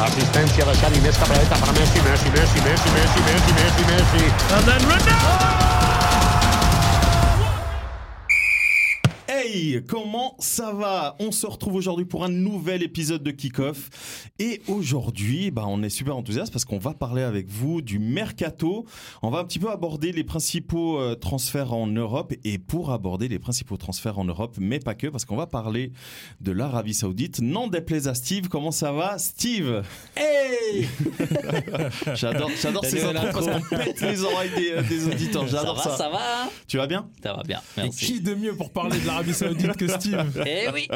Asistencia de Xavi, més cap a la dreta per Messi, Messi, Messi, Messi, Messi, Messi, Messi, Messi. And then Ronaldo! Hey, comment ça va On se retrouve aujourd'hui pour un nouvel épisode de Kickoff. Et aujourd'hui, bah, on est super enthousiaste parce qu'on va parler avec vous du mercato. On va un petit peu aborder les principaux euh, transferts en Europe. Et pour aborder les principaux transferts en Europe, mais pas que, parce qu'on va parler de l'Arabie Saoudite. N'en déplaise à Steve, comment ça va Steve Hey J'adore j'adore Elle ces est à intros parce l'intro. qu'on pète les oreilles des, euh, des auditeurs. J'adore ça. Va, ça, ça va hein. Tu vas bien Ça va bien, Et merci. qui de mieux pour parler de l'Arabie Saoudite que Steve Eh oui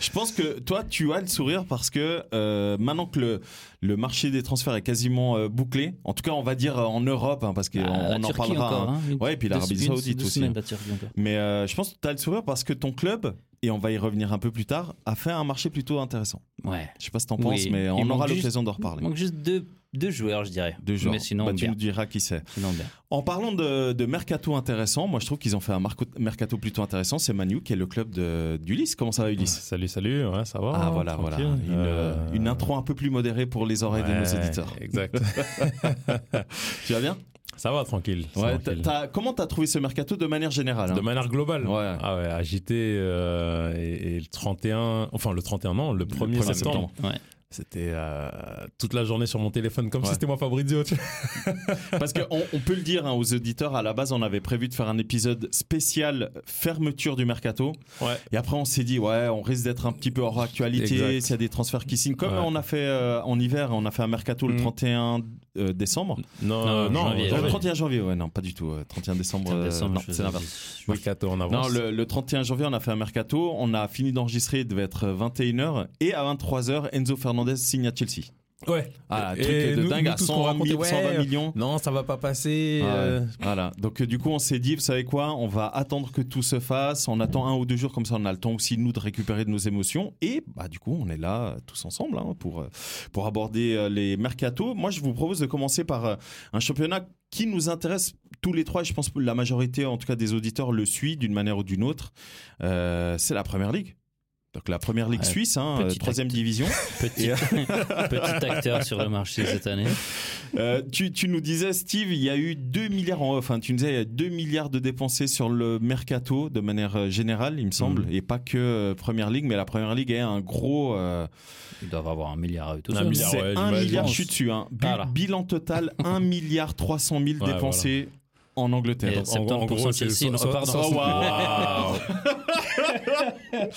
Je pense que toi, tu as le sourire parce que euh, maintenant que le, le marché des transferts est quasiment euh, bouclé, en tout cas, on va dire euh, en Europe, hein, parce qu'on Ah, la on en Turquie parlera. encore, hein. hein, une- Ouais, et puis deux- l'Arabie une- Saoudite deux aussi. semaines, la Turquie encore. Mais euh, je pense que tu as le sourire parce que ton club, et on va y revenir un peu plus tard, a fait un marché plutôt intéressant. Ouais. Je sais pas ce que t'en Oui, penses, mais il on manque aura juste- l'occasion d'en Il reparler. manque juste deux, deux joueurs, je dirais. Deux gens. Mm. Mais sinon, Bah, tu bien. nous diras qui c'est. Sinon, bien. En parlant de, de mercato intéressant, moi je trouve qu'ils ont fait un marco- mercato plutôt intéressant. C'est Manu qui est le club de- d'Ulysse. Comment ça va Ulysse Salut, salut, ouais, ça va hein, Ah voilà, voilà. tranquille. Une, Euh, une intro un peu plus modérée pour les oreilles de nos ouais, auditeurs. Exact. Tu vas bien ça va, tranquille. c'est Ouais, tranquille. t'as- comment t'as trouvé ce mercato de manière générale hein De manière globale. Ouais. Ah ouais, agité euh, et, et le 31, enfin le 31 non, le 1er premier septembre. septembre. Ouais. C'était euh, toute la journée sur mon téléphone comme Ouais. si c'était moi Fabrizio. tu vois. Parce qu'on on peut le dire hein, aux auditeurs, à la base on avait prévu de faire un épisode spécial fermeture du mercato. Ouais. Et après on s'est dit, ouais, on risque d'être un petit peu hors actualité, Exact. s'il y a des transferts qui signent. Comme Ouais. on a fait euh, en hiver, on a fait un mercato le Mm. 31 euh, décembre. Non, Non, euh, non, janvier, Euh, janvier. 31 janvier, ouais, non, pas du tout. euh, 31 décembre, euh, non, c'est l'inverse. Mercato en Non, avance. le, le 31 janvier, on a fait un mercato. On a fini d'enregistrer, il devait être 21h. Et à 23h, Enzo Fernandez signe à Chelsea. Ouais. Ah, un Et truc de nous- dingue, nous à tous qu'on 120, racontait, 120 ouais, millions. Non, ça va pas passer. Ah ouais. euh, Voilà. Donc, euh, du coup, on s'est dit, vous savez quoi, on va attendre que tout se fasse. On attend un ou deux jours, comme ça, on a le temps aussi, nous, de récupérer de nos émotions. Et, bah, du coup, on est là euh, tous ensemble hein, pour, euh, pour aborder euh, les mercatos. Moi, je vous propose de commencer par euh, un championnat qui nous intéresse tous les trois. Et je pense que la majorité, en tout cas, des auditeurs le suit d'une manière ou d'une autre. Euh, c'est la première ligue. Donc, la première ligue Ouais, suisse, hein, petit euh, troisième acte. division. Petit, petit acteur sur le marché cette année. Euh, tu, tu nous disais, Steve, il y a eu 2 milliards en off. hein. tu nous disais, il y a 2 milliards de dépensés sur le mercato de manière euh, générale, il me semble. Mm. Et pas que euh, Première Ligue, mais la Première Ligue est un gros. euh, Ils doivent avoir un milliard à eux tout Un seuls. milliard. c'est ouais, 1 j'imagine. milliard, je suis dessus. hein. Bu- Voilà. Bilan total 1 milliard 300 000 Ouais, dépensés en Et Angleterre. en- en 70% gros, c'est le Chelsea. non, so- so- pardon. so- Oh, waouh. Pardon.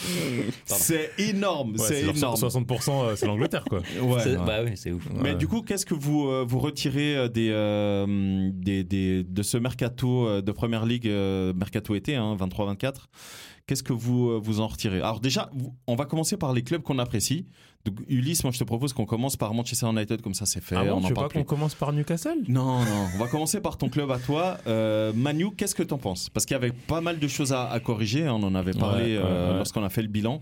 C'est énorme, ouais, c'est genre énorme. 60%, euh, c'est l'Angleterre, quoi. Ouais. C'est- Bah oui, c'est ouf. Mais Ouais. du coup, qu'est-ce que vous, euh, vous retirez euh, des, euh, des, des- de ce mercato euh, de première ligue, euh, mercato été, hein, 23-24 Qu'est-ce que vous, euh, vous en retirez Alors, déjà, vous- on va commencer par les clubs qu'on apprécie. Donc, Ulysse, moi, je te propose qu'on commence par Manchester United, comme ça, c'est fait. Ah bon, on tu en veux parle pas qu'on plus. commence par Newcastle Non, non, on va commencer par ton club à toi. Euh, Manu, qu'est-ce que t'en penses Parce qu'il y avait pas mal de choses à, à corriger, hein, on en avait parlé Ouais, ouais, euh, ouais. Mhm. lorsqu'on a fait le bilan.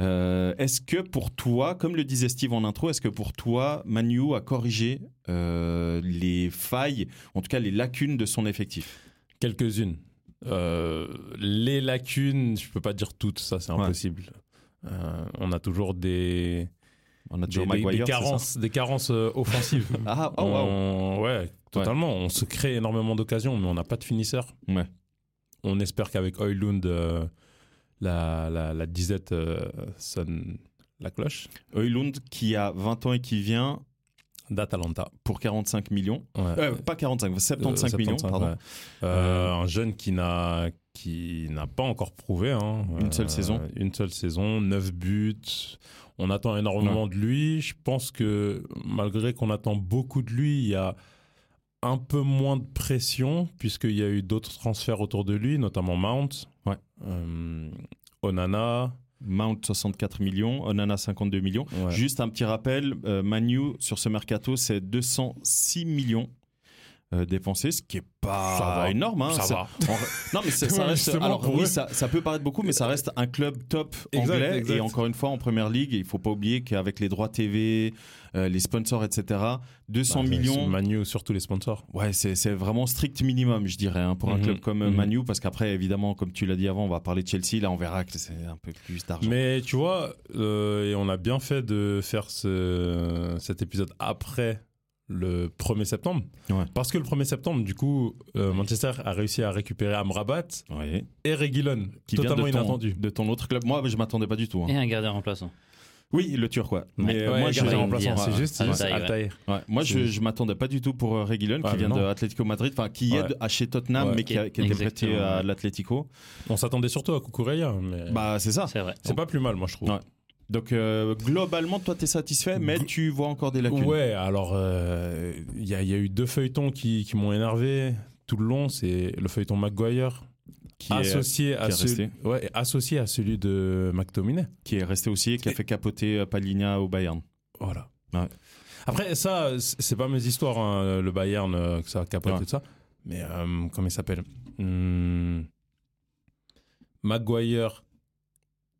Euh, est-ce que pour toi, comme le disait Steve en intro, est-ce que pour toi, Manu a corrigé euh, les failles, en tout cas les lacunes de son effectif Quelques-unes. Euh, les lacunes, je peux pas dire toutes, ça c'est Ouais. impossible. Euh, on a toujours des, On a des, toujours des- Ah, Maguire, des c'est ça carences, des carences euh, offensives. Ah, oh, wow. On- ouais, totalement. On se crée énormément d'occasions, mais on n'a pas de finisseur. Ouais. On espère qu'avec Oilund, euh, la, la, la disette euh, sonne la cloche Højlund, qui a 20 ans et qui vient d'Atalanta. pour 45 millions. Ouais. Euh, pas 45, 75 Euh, millions, 75, pardon. ouais. Euh, un jeune qui n'a qui n'a pas encore prouvé hein. Une seule saison. une seule saison 9 buts on attend énormément de lui je pense que malgré qu'on attend beaucoup de lui il y a un peu moins de pression puisqu'il y a eu d'autres transferts autour de lui notamment Mount Ouais. Euh, Onana Mount 64 millions, Onana 52 millions. Ouais. Juste un petit rappel, euh, Manu sur ce mercato, c'est 206 millions. euh, dépensés, ce qui est pas Ça va. énorme. hein. ça C'est- va. en- Non, mais c'est- Ouais, ça reste. justement, Alors, pour oui, eux. ça, ça peut paraître beaucoup, mais ça reste un club top Exact, anglais. exact. Et encore une fois, en première ligue, il faut pas oublier qu'avec les droits TV, euh, les sponsors, etc., 200 Bah, millions. Manu, surtout les sponsors. Ouais, c'est c'est vraiment strict minimum, je dirais, hein, pour un Mhm, club comme euh, mhm. Manu, parce qu'après, évidemment, comme tu l'as dit avant, on va parler de Chelsea. Là, on verra que c'est un peu plus d'argent. Mais tu vois, euh, et on a bien fait de faire ce- cet épisode après le 1er septembre. Ouais. Parce que le 1er septembre, du coup, euh, Manchester a réussi à récupérer Amrabat Ouais. et Reguilon, Qui vient totalement de ton- inattendu. De ton autre club. Moi, je m'attendais pas du tout. hein. Et un gardien remplaçant. Oui, le Turc, ouais. Mais euh, Ouais, moi, je, gardien j'allais remplaçant, me dire, c'est ouais. juste Altaïr, ouais. Altaïr. ouais, moi, je, je m'attendais pas du tout pour euh, Reguilon, Ah, qui mais vient de non. Atlético Madrid, enfin, qui Ouais. est de- à chez Tottenham, Ouais. mais qui, a, qui a été prêté Exactement, à ouais. l'Atlético. On s'attendait surtout à Kukureya, mais Bah, c'est ça. C'est vrai. c'est pas plus mal, moi, je trouve. Ouais. Donc, euh, globalement, toi, t'es satisfait, mais Gl- tu vois encore des lacunes. Ouais, alors euh, il y, a- il y a eu deux feuilletons qui, qui m'ont énervé tout le long. C'est le feuilleton Maguire Ah, Qui, est, associé, à est celui, resté. ouais, associé à celui de McTominay. qui est resté aussi et qui a fait capoter euh, Palinia au Bayern. Voilà. Ouais. Après, ça, c- c'est pas mes histoires, hein, le Bayern, euh, que ça capote Ouais. et tout ça. Mais euh, comment il s'appelle Hmm. Maguire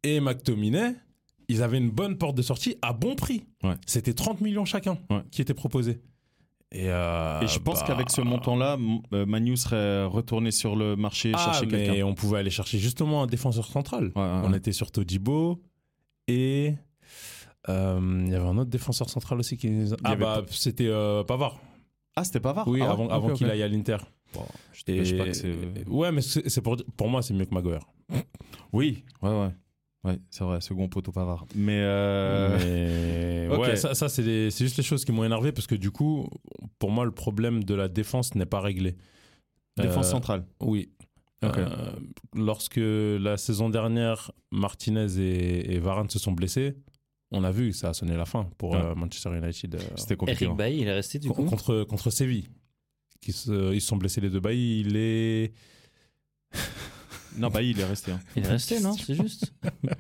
et McTominay, ils avaient une bonne porte de sortie à bon prix. Ouais. C'était 30 millions chacun Ouais. qui était proposé. Et, euh, Et je pense bah, qu'avec ce montant-là, M- euh, Manu serait retourné sur le marché ah, chercher mais quelqu'un. on pouvait aller chercher justement un défenseur central. Ouais, ouais, On ouais. était sur Todibo et euh, il y avait un autre défenseur central aussi qui. Ah avait bah c'était euh, Pavard. Ah, c'était Pavard Oui, Ah ouais, avant, ok, avant ok. qu'il aille à l'Inter. Je te cache pas que c'est- euh, Ouais, mais c'est c'est pour, pour moi c'est mieux que Maguire. Oui, ouais, ouais. Ouais, c'est vrai, second poteau Pavard. Mais. euh, Mais ok. ouais, ça, ça, c'est des- c'est juste les choses qui m'ont énervé parce que du coup, pour moi, le problème de la défense n'est pas réglé. Défense Euh, centrale. Oui. Ok. Euh, lorsque la saison dernière, Martinez et, et Varane se sont blessés, on a vu que ça a sonné la fin pour Ouais. euh, Manchester United. euh, C'était compliqué. Eric hein. Bailly, il est resté du con- coup. contre, contre Séville. Qui se- euh, ils se sont blessés les deux. Bailly, il est. Non, Bailly, il est resté. hein. Il est resté, non C'est juste. Euh,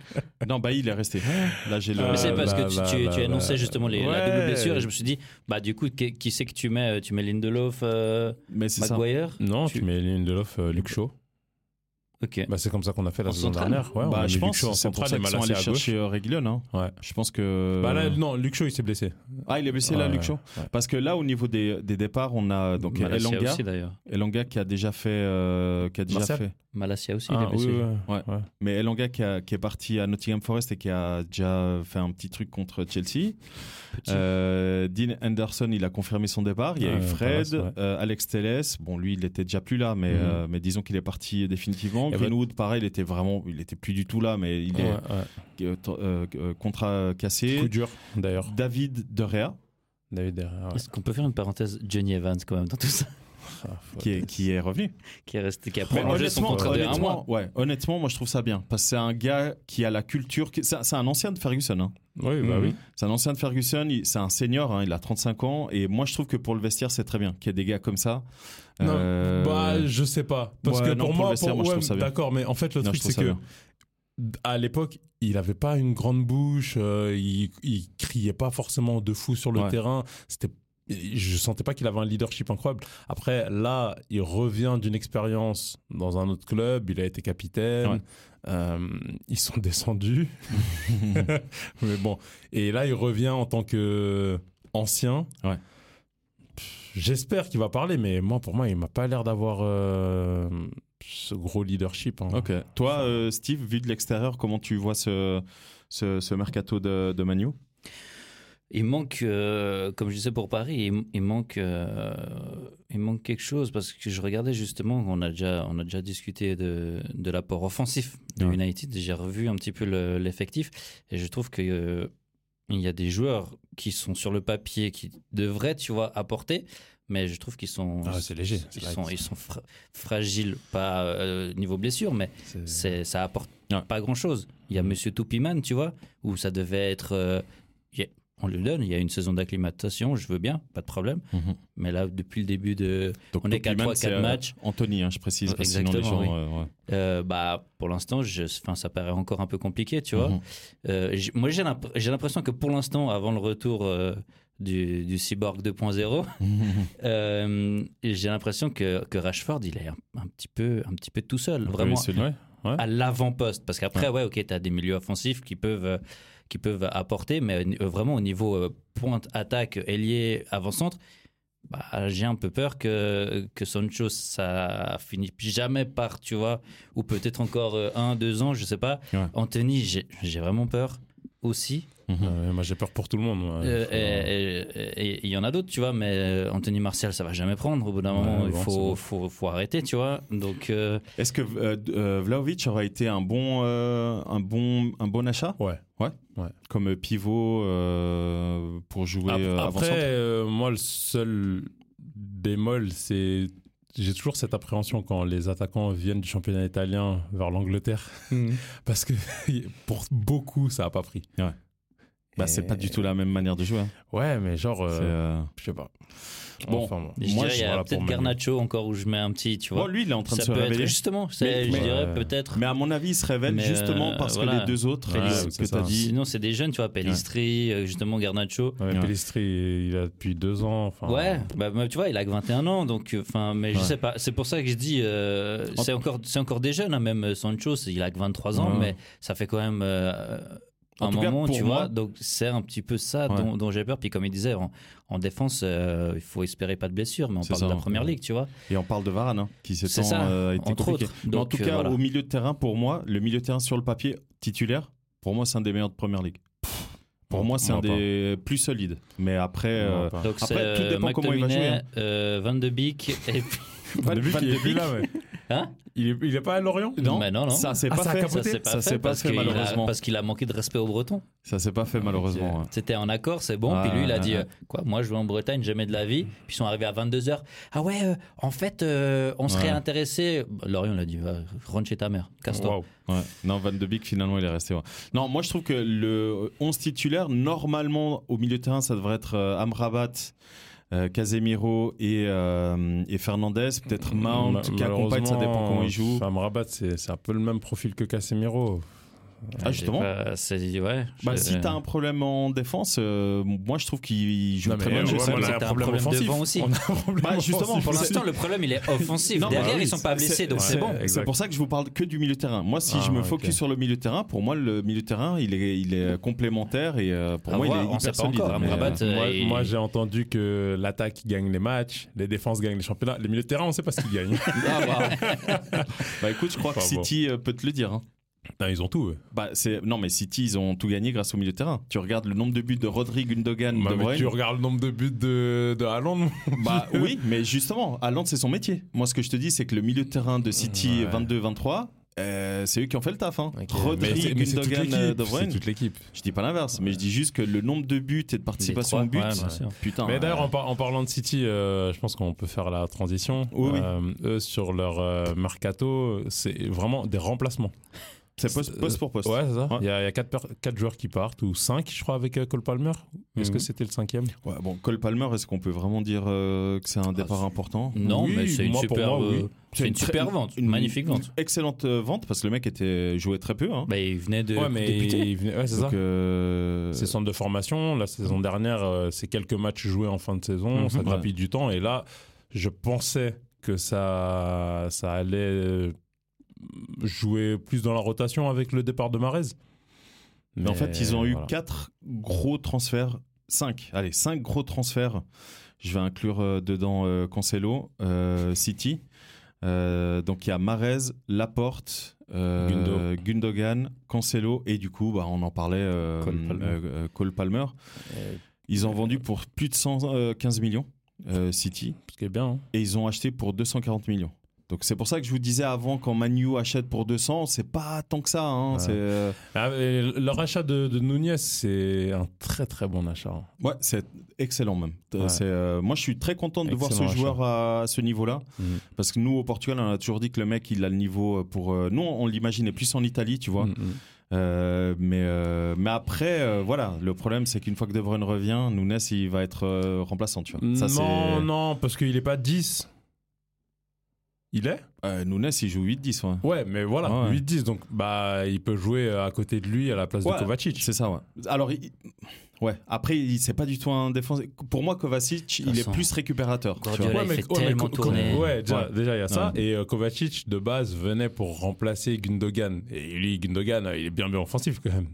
Non, Bailly, il est resté. Là, j'ai le. Euh, Mais c'est parce que bah, tu, bah, tu- bah, tu annonçais bah. justement les, Ouais. la double blessure et je me suis dit, bah du coup, qui, qui c'est que tu mets Tu mets Lindelof, euh, Mais c'est ça. Maguire Non, Tu- tu, mets Lindelof, euh, Luke Shaw. Ok. Bah, c'est comme ça qu'on a fait la En saison centrale dernière. Ouais, on a bah, mis je Luke pense Shaw en que c'est pour ça centrale et qu'ils sont Malacia allés à gauche. chercher euh, Reguilon. hein. Ouais. Je pense que. Bah là, non, Luke Shaw, il s'est blessé. ah, il est blessé là, Ouais, Luke Shaw. ouais. Parce que là, au niveau des, des départs, on a donc Malacia Elanga, aussi d'ailleurs. Elanga qui a déjà fait, euh, qui a déjà Martial fait. Malacia aussi, il Ah, est oui, blessé. ouais. Ouais. Mais Elanga qui, a- qui est parti à Nottingham Forest et qui a déjà fait un petit truc contre Chelsea. Euh, Dean Anderson, il a confirmé son départ. Il y a Ouais, eu Fred, Palace, ouais. euh, Alex Telles. Bon, lui, il était déjà plus là, mais, Mhm. euh, mais disons qu'il est parti définitivement. Et ben- Greenwood, pareil, il était vraiment, il était plus du tout là, mais il est Ouais, ouais. euh, t- euh, euh, contrat cassé. Coup dur, d'ailleurs. David De Rea, David derrière. ouais. Est-ce qu'on peut faire une parenthèse Johnny Evans quand même dans tout ça Ah, faut- qui, est, qui est revenu. Qui est resté, qui a Mais prolongé son contrat de un mois. honnêtement, ouais, honnêtement, moi je trouve ça bien parce que c'est un gars qui a la culture. qui- C'est c'est un ancien de Ferguson. hein. Oui, bah oui. C'est un ancien de Ferguson, il- c'est un senior, hein, il a 35 ans, et moi je trouve que pour le vestiaire c'est très bien qu'il y ait des gars comme ça. Non, Euh, bah, je sais pas. Parce ouais, que non, pour pour le moi, vestiaire, pour- moi, je ouais, trouve ça bien. d'accord, mais en fait, le non, je truc, trouve c'est ça que bien. à l'époque, il avait pas une grande bouche, euh, il, il criait pas forcément de fou sur le Ouais. terrain. C'était, je sentais pas qu'il avait un leadership incroyable. Après, là, il revient d'une expérience dans un autre club. Il a été capitaine. Ouais. Euh, ils sont descendus, mais bon. Et là, il revient en tant que ancien. Ouais. Pff, J'espère qu'il va parler, mais moi, pour moi, il m'a pas l'air d'avoir euh, ce gros leadership. hein. Ok. Toi, euh, Steve, vu de l'extérieur, comment tu vois ce, ce, ce mercato de, de Manu Il manque, euh, comme je disais pour Paris, il, il manque, euh, il manque quelque chose parce que je regardais justement, on a déjà, on a déjà discuté de, de l'apport offensif de Ouais. United. J'ai revu un petit peu le- l'effectif et je trouve que euh, il y a des joueurs qui sont sur le papier qui devraient, tu vois, apporter, mais je trouve qu'ils sont, Ah, c'est léger. ils light. sont, ils sont fra- fragiles, pas euh, niveau blessure, mais C'est- Mm. c'est ça apporte Ouais. pas grand chose. Il y a Monsieur Toupiman, tu vois, où ça devait être. euh, il y a- on lui donne, il y a une saison d'acclimatation, je veux bien, pas de problème. Mais là, depuis le début de. Donc, Mhm. On est qu'à Koopman, trois, c'est, quatre euh, matchs. Anthony, hein, je précise. Ouais, parce que sinon, les exactement, gens, euh, ouais. euh, bah, pour l'instant, je- enfin, ça paraît encore un peu compliqué, tu vois. Mhm. Mm-hmm. Euh, j- moi, j'ai l'imp- j'ai l'impression que pour l'instant, avant le retour euh, du, du cyborg 2.0. Mhm. Euh, et J'ai l'impression que, que Rashford, il est un, un petit peu, un petit peu tout seul, vraiment Oui, c'est vrai. Ouais. à l'avant-poste. Parce qu'après, ouais, ok, tu as des milieux offensifs qui peuvent, euh, qui peuvent apporter, mais euh, vraiment au niveau euh, pointe, attaque, ailier, avant-centre, bah, j'ai un peu peur que, que Sancho, ça finit jamais par, tu vois, ou peut-être encore euh, un, deux ans, je sais pas. Ouais. Anthony, j'ai j'ai vraiment peur aussi. Euh, Ouais, moi, j'ai peur pour tout le monde. moi. Euh, Faut- et- et- et- et il y en a d'autres, tu vois, mais euh, Anthony Martial, ça va jamais prendre. Au bout d'un Ouais, moment, il bon, faut, c'est bon. faut, faut arrêter, tu vois. Donc, euh, Est-ce que euh, d- euh, Vlahovic aura été un bon, euh, un bon, un bon achat Ouais. comme pivot euh, pour jouer Ap- euh, Après, avant-centre euh, moi, le seul bémol, c'est. J'ai toujours cette appréhension quand les attaquants viennent du championnat italien vers l'Angleterre. Parce que pour beaucoup, ça n'a pas pris. Ouais. Bah, c'est Et- pas du tout la même manière de jouer. hein. Ouais, mais genre. euh, C'est, euh, Je sais pas. Bon. bon. je Moi, dirais, il y voilà, a pour peut-être Manu. Garnacho encore où je mets un petit, tu vois. Bon, lui, il est en train ça de se peut être révéler. justement, c'est- Mais- je mais- dirais Ouais. peut-être. Mais à mon avis, il se révèle Mais, justement euh, parce que voilà. les deux autres Ouais, euh, c'est que ça. t'as dit. Sinon, c'est des jeunes, tu vois, Pellistri, euh, justement Garnacho. Ouais, Ouais. Pellistri, il a depuis deux ans. enfin, Ouais, bah, bah, tu vois, il a que 21 ans, donc euh, enfin, mais je Ouais. sais pas. C'est pour ça que je dis, euh, En- c'est encore, c'est encore des jeunes, hein, même euh, Sancho, c'est- il a que 23 ans, Ouais. mais ça fait quand même euh, En un tout cas, moment, pour tu moi- vois. Donc c'est un petit peu ça Ouais. dont, dont j'ai peur. Puis comme il disait, en, en défense, euh, il faut espérer pas de blessure, mais on C'est parle ça, de la ouais. première ligue, tu vois. Et on parle de Varane, hein, qui s'est C'est ça, a été entre compliqué. autres. Mais en Donc, tout euh, cas, voilà. au milieu de terrain, pour moi, le milieu de terrain sur le papier titulaire, pour moi, c'est un des meilleurs de première ligue. Pour moi, c'est un moi pas. des plus solides. Mais après, euh, euh, pas. Donc Après, c'est tout euh, dépend comment il va McTominay, jouer, hein. euh, Van de Beek, et puis Van de Beek, Van il de est plus Beek. là, ouais. Hein il, est, il est pas à Lorient non, Mais non, non. hein, ça s'est Ah, pas ça a fait. capoté. ça s'est pas Ça fait s'est pas parce fait, qu'il a- malheureusement. parce qu'il a manqué de respect aux Bretons. Ça s'est pas fait malheureusement. ouais. C'était en accord, c'est bon. Ouais, puis lui, il a ouais, dit ouais. Mm. euh, quoi Moi, je vais en Bretagne, jamais de la vie. Puis ils sont arrivés à 22 h Ah ouais, euh, en fait, euh, on serait Ouais. intéressé. Bah, Lorient l'a dit, va, rentre chez ta mère, casse-toi. Waouh. Ouais. Non, Van de Beek, finalement, il est resté. ouais. Non, moi, je trouve que le 11 titulaire, normalement, au milieu de terrain, ça devrait être euh, Amrabat, euh, Casemiro et, euh, et Fernandez. Peut-être Mount Mm, Ma- qui accompagne, ça dépend comment il joue. malheureusement, Enfin, Amrabat, c'est c'est un peu le même profil que Casemiro. Ah, justement. Bah, c'est- ouais, Bah, je- si t'as un problème en défense, euh, moi, je trouve qu'il joue Non, mais très bien. ouais, Je sais on pas. a c'est un un problème problème offensif. devant aussi. On a un problème Bah, justement, offensif Pour c'est- aussi. l'instant, le problème, il est offensif. Non, Derrière, bah oui, ils sont pas c'est- blessés, donc ouais. c'est bon. Exact. C'est pour ça que je vous parle que du milieu de terrain. Moi, si Ah, je me ok. focus sur le milieu de terrain, pour moi, le milieu de terrain, il est, il est complémentaire et euh, Ah, pour À moi, voir, il est on sait hyper pas solide. encore, Mais, Amrabat, euh, euh, Moi, et- moi, j'ai entendu que l'attaque gagne les matchs, les défenses gagnent les championnats, les milieux de terrain, on sait pas ce qu'ils gagnent. Ah, Ah, bah, écoute, je crois que Enfin, bon. City euh, peut te le dire. hein. Non, ils ont tout. eux. Bah, c'est... Non, mais City, ils ont tout gagné grâce au milieu de terrain. Tu regardes le nombre de buts de Rodrigue, Gundogan, Bah, De mais Bruyne. tu regardes le nombre de buts de, de Haaland. Bah oui, mais justement, Haaland, c'est son métier. Moi, ce que je te dis, c'est que le milieu de terrain de City Ouais. 22-23, euh, c'est eux qui ont fait le taf. Hein. Ok. Mais c'est- Rodrigue, mais c'est toute Gundogan, l'équipe, euh, De c'est Bruyne. toute l'équipe. Je dis pas l'inverse, mais je dis juste que le nombre de buts et de Les participation au but, trois, ouais, bien sûr. putain. Mais d'ailleurs, euh, en, par- en parlant de City, euh, je pense qu'on peut faire la transition. Oui, oui. Euh, eux, sur leur euh, mercato, c'est vraiment des remplacements. euh, c'est poste, poste pour poste. Ouais, c'est ça. Ouais. Il y a, il y a quatre, per- quatre joueurs qui partent, ou cinq, je crois, avec euh, Cole Palmer. Est-ce que Mhm. c'était le cinquième Ouais, bon, Cole Palmer, est-ce qu'on peut vraiment dire euh, que c'est Ah, un départ important Non, Oui, mais c'est une moi, pour super, moi, oui. euh, c'est une très- super vente, une magnifique vente. Excellente euh, vente parce que le mec était jouait très peu. Hein. Bah, il venait de Ouais, mais débuter. il venait- ouais, c'est ça. Donc, euh, C'est centre de formation. La saison dernière, euh, c'est quelques matchs joués en fin de saison. Mhm. ça te Ouais. rapide du temps. Et là, je pensais que ça, ça allait euh, jouer plus dans la rotation avec le départ de Marez. mais en fait, ils ont eu voilà. quatre gros transferts, cinq. Allez, cinq gros transferts. Je vais inclure euh, dedans euh, Cancelo, euh, City. Euh, donc il y a Marez, Laporte, euh, Gundo. Gundogan, Cancelo et du coup, bah, on en parlait, euh, Cole Palmer. euh, euh, Cole Palmer. Ils ont vendu pour plus de 115 millions euh, City. Ce qui est bien. hein. et ils ont acheté pour 240 millions. Donc c'est pour ça que je vous disais avant quand Manu achète pour 200, c'est pas tant que ça. hein, Ouais. C'est euh, Ah, et leur achat de, de Nunez, c'est un très très bon achat. hein. ouais, c'est excellent même. Euh, Ouais. c'est, euh, moi je suis très content de voir ce Excellent joueur à ce niveau-là Mhm. parce que nous au Portugal on a toujours dit que le mec il a le niveau pour. euh, nous on l'imaginait plus en Italie, tu vois. Mhm. Euh, mais euh, mais après euh, voilà, le problème c'est qu'une fois que De Bruyne revient, Nunes il va être euh, remplaçant, tu vois. Ça, non, c'est- non, parce qu'il n'est pas 10. Il est Euh, Nunes il joue 8-10 ouais. Ouais, mais voilà, Ah Ouais. 8-10. Donc, bah, il peut jouer à côté de lui à la place Ouais, de Kovacic. C'est ça, ouais. Alors, il- Ouais. Après, il- c'est pas du tout un défenseur. Pour moi, Kovacic, il est façon, plus récupérateur. tu Guardiola, vois. il mais- fait mais tellement Co- Co- tourner. ouais, déjà, Ouais. déjà, il y a ça. Et euh, Kovacic, de base, venait pour remplacer Gundogan. Et lui, Gundogan, euh, il est bien bien offensif quand même.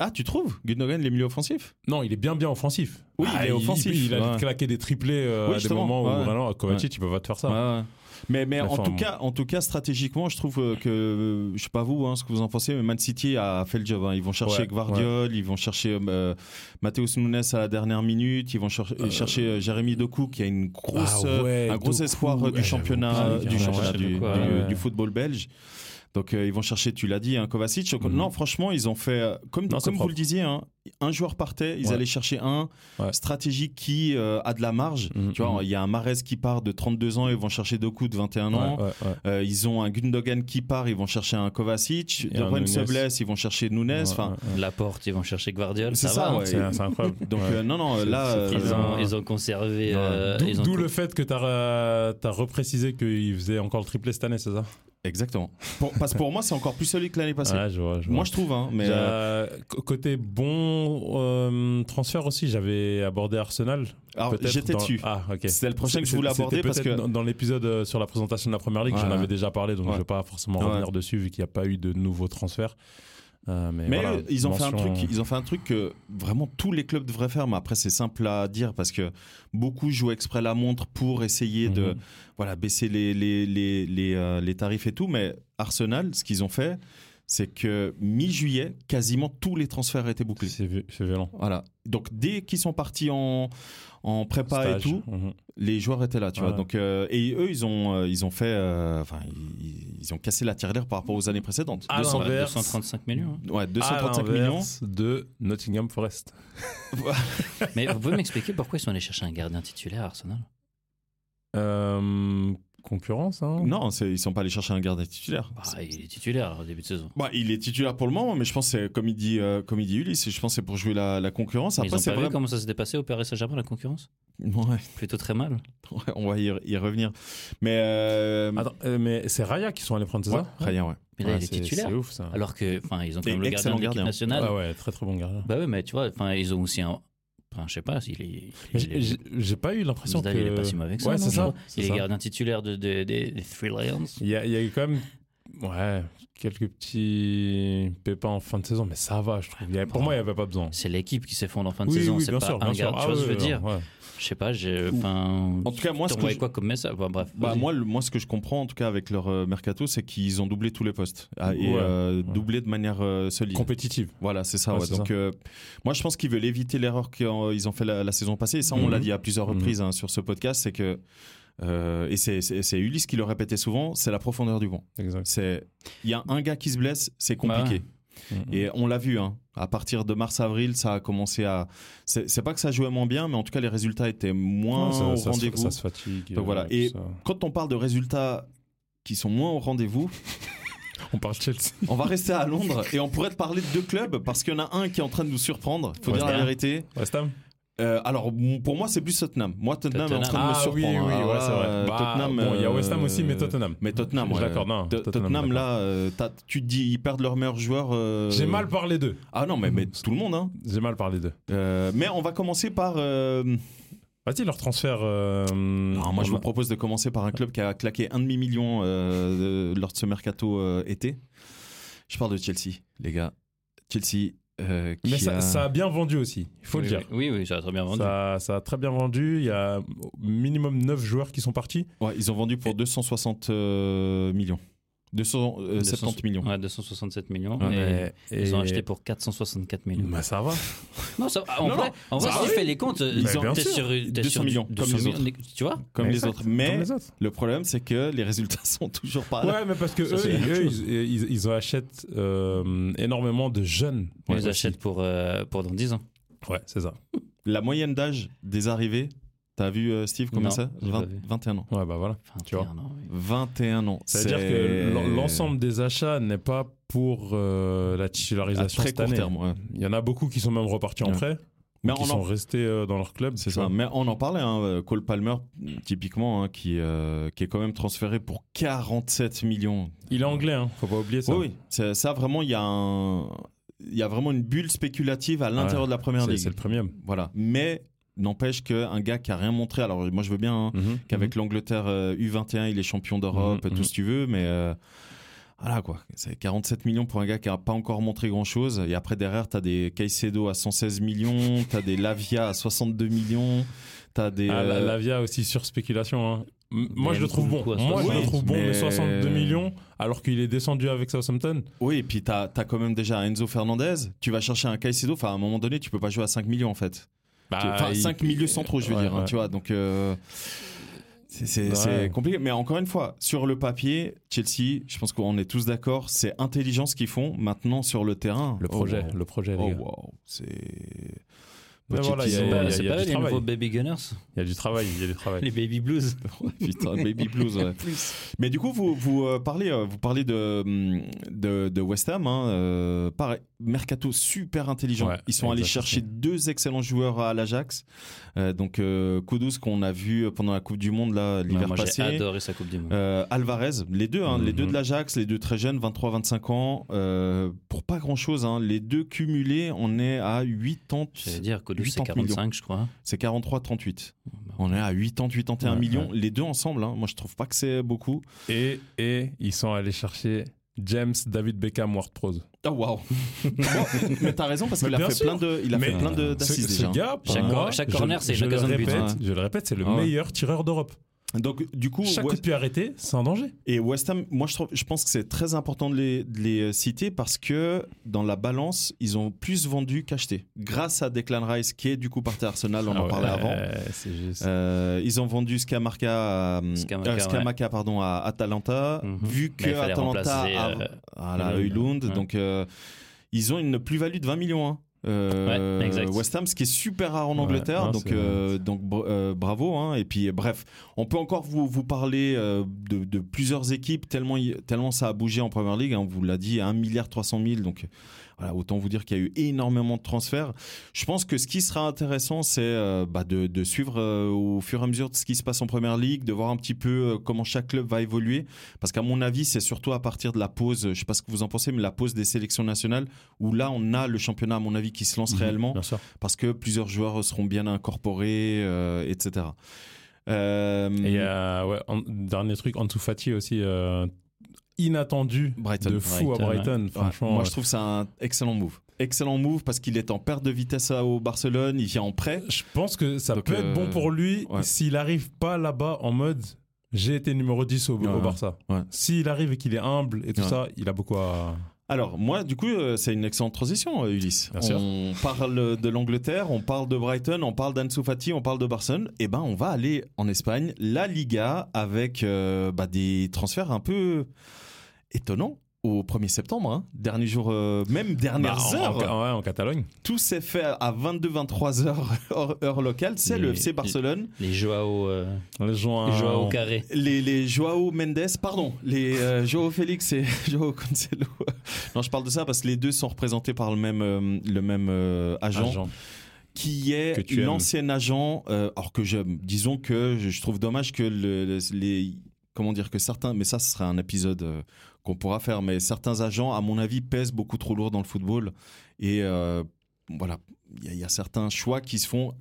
Ah, tu trouves Gundogan, il est milieu offensif Non, il est bien bien offensif. Ah, Oui, il est offensif, Il, a ouais. claqué des triplés euh, Oui, à des justement, moments où ouais. vraiment, euh, Kovacic, il peut pas te faire ça. Ouais, ouais. Mais, mais Mais en, enfin, tout bon. cas, en tout cas, stratégiquement, je trouve euh, que, euh, je sais pas vous, hein, ce que vous en pensez, mais Man City a fait le job. hein. Ils vont chercher Ouais, Guardiol, ils vont chercher euh, Mateus Nunes à la dernière minute, ils vont cher- chercher euh, Jérémy Doku qui a une grosse, Ah ouais, euh, un gros Doku, espoir euh, ouais, du championnat, j'avais euh, oublié du, qu'il y championnat avait un du, Doku, du- ouais. du football belge. Donc euh, ils vont chercher, tu l'as dit, hein, Kovacic. Donc, Mhm. Non, franchement, ils ont fait, euh, comme, Non, c'est comme vous propre. le disiez, hein, un joueur partait, ils Ouais. allaient chercher un Ouais. stratégie qui euh, a de la marge. Mhm. Tu vois, il y a un Marez qui part de 32 ans, ils vont chercher Doku de 21 Ouais, ans. ouais, ouais. Euh, ils ont un Gundogan qui part, ils vont chercher un Kovacic. Et un Après, une se Nunes. blesse, ils vont chercher Nunes. Ouais, Enfin, ouais, La porte, ils vont chercher Guardiola. C'est Ça, ça, va, hein. ouais. ouais. C'est c'est incroyable. Donc, Ouais. euh, non, non, là. c'est très euh, Ils ont, Ouais. ils ont conservé. Ouais. euh, D'où ils ont d'où con- le fait que tu as, reprécisé qu'il faisait encore le triplé cette année, c'est ça Exactement. Pour- parce que pour moi, Ah, c'est encore plus solide que l'année passée. Ouais, je vois. je vois. moi, je trouve, hein, mais. euh, Euh, c- côté bon euh, transfert aussi, j'avais abordé Arsenal. alors, peut-être j'étais dans- dessus. Ah, ok. C'était le prochain que je C'était- voulais c'était aborder parce que. peut-être Dans, dans l'épisode euh, sur la présentation de la première ligue, Ouais, j'en ouais. avais déjà parlé, donc Ouais. je ne vais pas forcément Ouais. revenir dessus vu qu'il n'y a pas eu de nouveaux transferts. Euh, mais Mais voilà, eux, ils ont fait un mention- truc, ils ont fait un truc que vraiment tous les clubs devraient faire. Mais après, c'est simple à dire parce que beaucoup jouent exprès la montre pour essayer de Mhm. voilà baisser les les les les, euh, les tarifs et tout. Mais Arsenal, ce qu'ils ont fait, c'est que mi-juillet, quasiment tous les transferts étaient bouclés. C'est vi- c'est violent. Voilà. Donc dès qu'ils sont partis en en prépa et Stage. tout, Mhm. les joueurs étaient là, tu vois. Ouais. Donc euh, et eux, ils ont euh, ils ont fait, euh, enfin ils, ils ont cassé la tirelire par rapport aux années précédentes. À 200 l'inverse. 235 millions. hein. ouais, 235 À millions. l'inverse de Nottingham Forest. hein. Mais vous pouvez m'expliquer pourquoi ils sont allés chercher un gardien titulaire à Arsenal Euh, concurrence, hein Non, c'est- ils sont pas allés chercher un gardien titulaire. Bah, Il est titulaire au début de saison. Bah, il est titulaire pour le moment, mais je pense que c'est comme il dit, euh, comme il dit Ulysse, je pense que c'est pour jouer la, la concurrence. Mais ils Après, ont c'est pas vrai. vu comment ça s'était passé au Paris Saint-Germain, la concurrence Ouais, Plutôt très mal. ouais, on va y, y revenir. Mais euh, Attends, euh, mais c'est Raya qui sont allés prendre, c'est ouais, ça rien, ouais. Mais là, Ouais, il est c'est- titulaire. C'est ouf, ça. Alors que, enfin, ils ont quand Et même le gardien excellent de l'équipe gardien. nationale. Ah ouais, très très bon gardien. Bah ouais, mais tu vois, enfin, ils ont aussi un. Enfin, je sais pas, il est. il Mais est- j'ai- j'ai- J'ai pas eu l'impression que. Zidane, il est pas si mauvais que ça. Ouais, non, c'est je ça, crois. c'est Il est ça. gardien titulaire de, de- des- des Three Lions. Il y a, il y a eu quand même. Ouais, quelques petits pépins en fin de saison, mais ça va, je trouve. Il y a- pour Ouais. moi, il n'y avait pas besoin. C'est l'équipe qui s'effondre en fin de saison. c'est pas un gars. Tu Ah vois ce que ouais, je veux dire ouais. Je sais pas, j'ai. Enfin. En tout cas, moi, ce que T'envoies je- quoi comme message Enfin, Bref. Bah, vas-y. moi, le- moi, ce que je comprends en tout cas avec leur euh, mercato, c'est qu'ils ont doublé tous les postes Ah, et Ouais, euh, ouais. doublé de manière euh, solide. Compétitive. Voilà, c'est ça. Ouais, ouais. c'est Donc, ça. euh, moi, je pense qu'ils veulent éviter l'erreur qu'ils ont fait la, la saison passée. Et ça, on Mhm. l'a dit à plusieurs Mhm. reprises hein, sur ce podcast, c'est que euh, et c'est- c'est c'est Ulysse qui le répétait souvent, c'est la profondeur du banc. Exact. C'est il y a un gars qui se blesse, c'est compliqué. Mhm. Et on l'a vu, hein. à partir de mars-avril, ça a commencé à. C'est c'est pas que ça jouait moins bien, mais en tout cas, les résultats étaient moins Ouais, ça- au ça se- rendez-vous. Ça se fatigue. Donc euh, voilà. tout Et- ça. Quand on parle de résultats qui sont moins au rendez-vous, on parle Chelsea. on va rester à Londres et on pourrait te parler de deux clubs parce qu'il y en a un qui est en train de nous surprendre. Faut Ouais, dire la c'est vrai. vérité. West Ham Euh, alors m- pour moi, c'est plus Tottenham. Moi, Tottenham, est en train de me Ah oui, surprendre. oui, ouais, hein. c'est Euh, vrai. Bah, Tottenham, bon, il y a West Ham euh, aussi, mais Tottenham. Mais Tottenham, Je suis ouais. d'accord, non, Tot- Tottenham, Tottenham, d'accord. là, euh, t'as- tu te dis, ils perdent leur meilleur joueur. euh, J'ai mal parlé d'eux. Ah non, mais, mais tout le monde. Hein. J'ai mal parlé d'eux. Euh, mais on va commencer par. euh, Vas-y, leur transfert. euh, non, moi, je on vous a- propose de commencer par un club qui a claqué un demi million lors de ce mercato euh, été. Je parle de Chelsea, les gars. Chelsea. euh, qui Mais ça, a- ça a bien vendu aussi, il faut oui, le dire. Oui, oui, oui, ça a très bien vendu. Ça, euh, ça a très bien vendu. Il y a au minimum 9 joueurs qui sont partis. Ouais, ils ont vendu pour 260 euh, millions. 270 millions. Ouais, 267 millions. Ouais, et Et- Ils ont et- acheté pour 464 millions. Bah, ça va. Non, ça, en Non, vrai, en vrai, Ça si va, tu oui. fais les comptes, Ils ils ont- bien t'es sûr. sur, t'es 200 sur millions, comme 200 les autres. millions. Tu vois Comme les Exact. autres. Mais Comme les autres. Le problème, c'est que les résultats sont toujours pas là. Ouais, mais parce que Ça, eux, c'est la eux, chose. ils, ils, ils achètent euh, énormément de jeunes. Ils les aussi. achètent pour, euh, pour dans 10 ans. Ouais, c'est ça. La moyenne d'âge des arrivées, t'as vu euh, Steve comment Non, ça j'ai pas 20 vu. 21 ans. Ouais, bah voilà. Enfin, Tu vois. 21 ans, oui. 21 ans. C'est-à-dire C'est- que l'en- l'ensemble des achats n'est pas pour euh, la à titularisation très cette court année. terme. ouais. Il y en a beaucoup qui sont même repartis en Ouais. prêt, Mais qui on sont en, restés euh, dans leur club. c'est tu ça. vois. Mais on en parlait. hein, Cole Palmer, typiquement, hein, qui, euh, qui est quand même transféré pour 47 millions. Il est anglais, hein. faut pas oublier ça. Oui, oui. C'est- Ça, vraiment, il y a un. il y a vraiment une bulle spéculative à l'intérieur Ouais, de la première C'est c'est ligue. le premium. Voilà. Mais n'empêche qu'un gars qui a rien montré, alors moi je veux bien hein, Mhm. qu'avec l'Angleterre euh, U21, il est champion d'Europe, Mhm, tout mhm. ce que tu veux, mais euh, voilà quoi. C'est 47 millions pour un gars qui a pas encore montré grand chose. Et après derrière, t'as des Caicedo à 116 millions, t'as des Lavia à 62 millions, t'as des. Ah, la, euh, Lavia aussi sur spéculation. hein. M- Moi, Mais je le trouve bon. Nkunku à Moi, je 60. le trouve bon, Mais- le 62 millions, alors qu'il est descendu avec Southampton. Oui, et puis t'as as quand même déjà Enzo Fernandez. Tu vas chercher un Caicedo. Enfin, à un moment donné, tu peux pas jouer à 5 millions en fait. Bah, Tu- Enfin, 5 milieux centraux, je veux Ouais, dire, hein, ouais. tu vois. Donc, euh, c'est- c'est Ouais. c'est compliqué. Mais encore une fois, sur le papier, Chelsea, je pense qu'on est tous d'accord, c'est intelligent ce qu'ils font. Maintenant, sur le terrain. Le projet, Oh, le projet, wow. les Oh, gars. wow, C'est. Mais Petit voilà, il y a- tison. il y a- il y a- C'est du pas les travail. nouveaux Baby Gunners Il y a du travail, il y a du travail. Les Baby Blues Putain, baby blues, ouais. Mais du coup, vous, vous, euh, parlez, euh, vous parlez de, hum, de, de West Ham. hein, euh, pareil, Mercato super intelligent. Ouais, Ils sont allés exactement. chercher deux excellents joueurs à l'Ajax. Euh, donc, euh, Kudos, qu'on a vu pendant la Coupe du Monde là, l'hiver Moi, passé. j'ai adoré sa Coupe du Monde. Euh, Alvarez, les deux, hein, les Mhm. deux de l'Ajax, les deux très jeunes, 23-25 ans, euh, pour pas grand chose. les deux cumulés, on est à 80, J'allais dire, Koudou, 80 c'est 45, je crois. c'est 43-38. On est à 80, 81 bah Ouais, millions, les deux ensemble. hein. moi, je trouve pas que c'est beaucoup. Et, et ils sont allés chercher James David Beckham Ward Prowse. Ah waouh. Bon, mais t'as raison parce Mais qu'il a bien fait sûr. plein de, il a fait Mais plein de- Ce, d'assises ce déjà. gars, pour Chaque- moi, chaque je- corner, c'est une je le occasion de but, répète, hein. Je le répète, c'est le Ah ouais. meilleur tireur d'Europe. Donc du coup, Chaque coup West- de pied arrêté, c'est un danger. et West Ham, moi je trouve, je pense que c'est très important de les, de les euh, citer parce que dans la balance, ils ont plus vendu qu'acheté. Grâce à Declan Rice qui est du coup parti à Arsenal, on Ah en ouais, parlait avant. euh, C'est juste. Euh, ils ont vendu Skamaka, à, Scamacca, euh, Scamacca, pardon, à Atalanta, Mhm. vu que Mais il fallait Atalanta remplacer, a euh, voilà, Højlund. Højlund, Ouais. donc euh, ils ont une plus-value de 20 millions. hein. Euh, Ouais, exact. West Ham, ce qui est super rare en Ouais, Angleterre, non, donc, c'est- euh, donc br- euh, bravo. hein. Et puis bref, on peut encore vous, vous parler euh, de, de plusieurs équipes, tellement, il- tellement ça a bougé en Premier League, hein. on vous l'a dit, 1 milliard 300 000, donc voilà, autant vous dire qu'il y a eu énormément de transferts. Je pense que ce qui sera intéressant, c'est euh, bah, de, de suivre euh, au fur et à mesure de ce qui se passe en Première Ligue, de voir un petit peu euh, comment chaque club va évoluer. Parce qu'à mon avis, c'est surtout à partir de la pause, euh, je sais pas ce que vous en pensez, mais la pause des sélections nationales, où là, on a le championnat, à mon avis, qui se lance réellement, Bien sûr. parce que plusieurs joueurs seront bien incorporés, euh, etc. Euh, Et euh, ouais, en- dernier truc, Ansu Fati aussi, euh, inattendu Brighton. hein. de fou Brighton, à Brighton. Ouais, Franchement, moi, je trouve ça un excellent move. Excellent move parce qu'il est en perte de vitesse à- au Barcelone, il vient en prêt. je pense que ça Donc, peut euh, être bon pour lui ouais. s'il n'arrive pas là-bas en mode j'ai été numéro 10 au, au Ouais. Barça. Ouais. S'il arrive et qu'il est humble et tout Ouais. ça, il a beaucoup à. Alors, moi, du coup, euh, c'est une excellente transition, euh, Ulysse. Bien sûr. On parle de l'Angleterre, on parle de Brighton, on parle d'Ansu Fati, on parle de Barcelone. Eh ben, on va aller en Espagne, la Liga, avec euh, bah, des transferts un peu étonnants au 1er septembre. hein. Dernier jour, euh, même dernière Bah, en- heure. en, ouais, en Catalogne. Tout s'est fait à 22-23 heures heure, heure locale. C'est le Mais- FC Barcelone. Les Joao, euh, Les gens. les Joao Carré. Les, les Joao Mendes, pardon, les euh, Joao Félix et Joao Cancelo. non, je parle de ça parce que les deux sont représentés par le même, euh, le même euh, agent, qui Que est tu aimes. l'ancien agent, euh, alors que j'aime. Disons que je, je trouve dommage que le- le- les. Comment dire que certains, mais ça, ce sera un épisode euh, qu'on pourra faire, mais certains agents, à mon avis, pèsent beaucoup trop lourd dans le football. Et euh, voilà, il y, a- il y a certains choix qui se font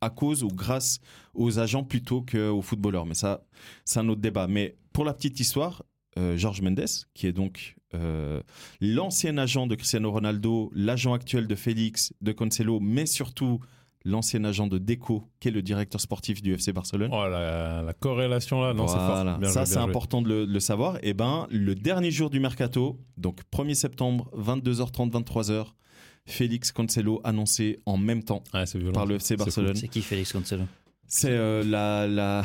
à cause ou grâce aux agents plutôt qu'aux footballeurs. Mais ça, c'est un autre débat. Mais pour la petite histoire, euh, Jorge Mendes, qui est donc euh, l'ancien agent de Cristiano Ronaldo, l'agent actuel de Félix, de Cancelo, mais surtout l'ancien agent de Deco, qui est le directeur sportif du FC Barcelone. Oh, la, la corrélation là, non, c'est Voilà. fort. Bien ça joué, c'est bien joué. important de le, de le savoir. Et ben le dernier jour du mercato, donc 1er septembre, 22h30, 23h, Félix Cancelo annoncé en même temps Ouais, c'est violent. par le FC Barcelone. C'est qui Félix Cancelo C'est euh, la, la,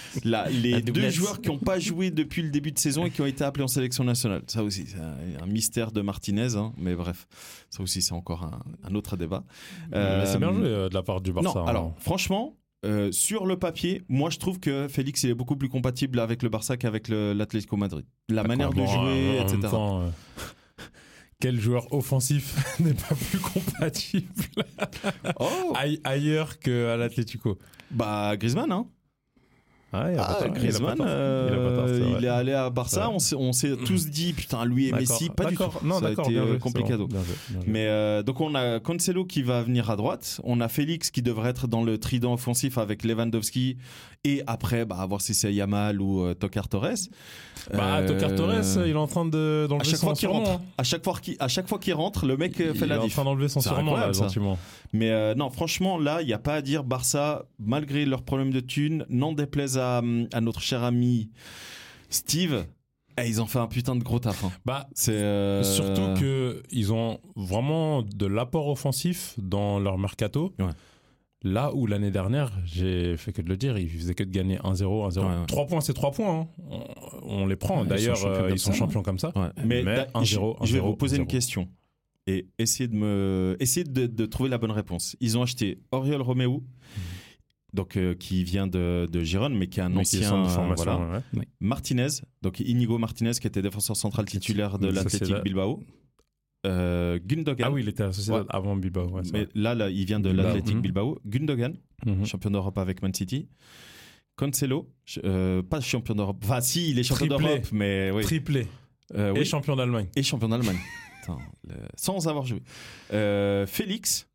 la- les La deux doublette. joueurs qui n'ont pas joué depuis le début de saison et qui ont été appelés en sélection nationale. Ça aussi, c'est un, un mystère de Martinez, hein, mais bref, ça aussi, c'est encore un, un autre débat. Euh, mais Euh, C'est bien joué euh, de la part du Barça. non, hein. alors franchement, euh, sur le papier, moi je trouve que Félix il est beaucoup plus compatible avec le Barça qu'avec le- l'Atlético Madrid. La manière de Bon, jouer, en- en etc. même temps, euh, Quel joueur offensif n'est pas plus compatible Oh, Ah. aille- ailleurs qu'à l'Atlético bah Griezmann, hein. Ah, il a pas Ah, tort. Griezmann, il a pas tort. Il a pas tort, euh, c'est vrai. il est allé à Barça. Ouais. On s'est, on s'est tous dit, putain, lui et D'accord, Messi, pas du tout. d'accord. Non, Ça a d'accord, été, bien euh, joué, c'est complicado. bon, bien joué, bien joué. Mais euh, donc on a Cancelo qui va venir à droite, on a Félix qui devrait être dans le trident offensif avec Lewandowski et après bah à voir si c'est Yamal ou euh, Tokar Torres. Bah, Euh, Tokar Torres, il est en train de euh, à d'enlever chaque son fois qu'il surnom, rentre, hein. à chaque fois qu'il à chaque fois qu'il rentre, le mec euh, Il fait est la en diff. train d'enlever son C'est surnom là, incroyable, ça. gentiment. Mais euh, non, franchement là, il n'y a pas à dire Barça malgré leurs problèmes de thunes, n'en déplaise à, hum, à notre cher ami Steve, eh, ils ont fait un putain de gros taf. hein. Bah, C'est euh, Surtout que ils ont vraiment de l'apport offensif dans leur mercato. Ouais. Là où l'année dernière, j'ai fait que de le dire, ils faisaient que de gagner 1-0, 1-0. Ouais, ouais. 3 points, c'est 3 points. hein. On, on les prend. Ouais, ils D'ailleurs, sont champions euh, comme ils sont ça, champions comme ça. Ouais. Mais, Mais da- 1-0, je, 1-0, je vais vous poser 1-0. une question et essayez de me essayez de, de trouver la bonne réponse. Ils ont acheté Oriol Romeu, donc euh, qui vient de, de Gironne, mais qui est un Mais qui ancien sont de euh, formation, voilà. ouais. Martinez, donc Inigo Martinez qui était défenseur central titulaire de Ça, c'est l'Athletic la- Bilbao. Euh, Gundogan. Ah oui, il était associé Ouais. avant Bilbao. ouais, c'est mais vrai. là, là, il vient de Bilbao. l'Athletic Mhm. Bilbao. Gundogan, Mhm. champion d'Europe avec Man City. Cancelo, ch- euh, pas champion d'Europe. Enfin, si, il est champion Triplé. d'Europe, mais oui. Triplé Euh, et oui. champion d'Allemagne. et champion d'Allemagne. Putain, le- Sans avoir joué. Euh, Félix.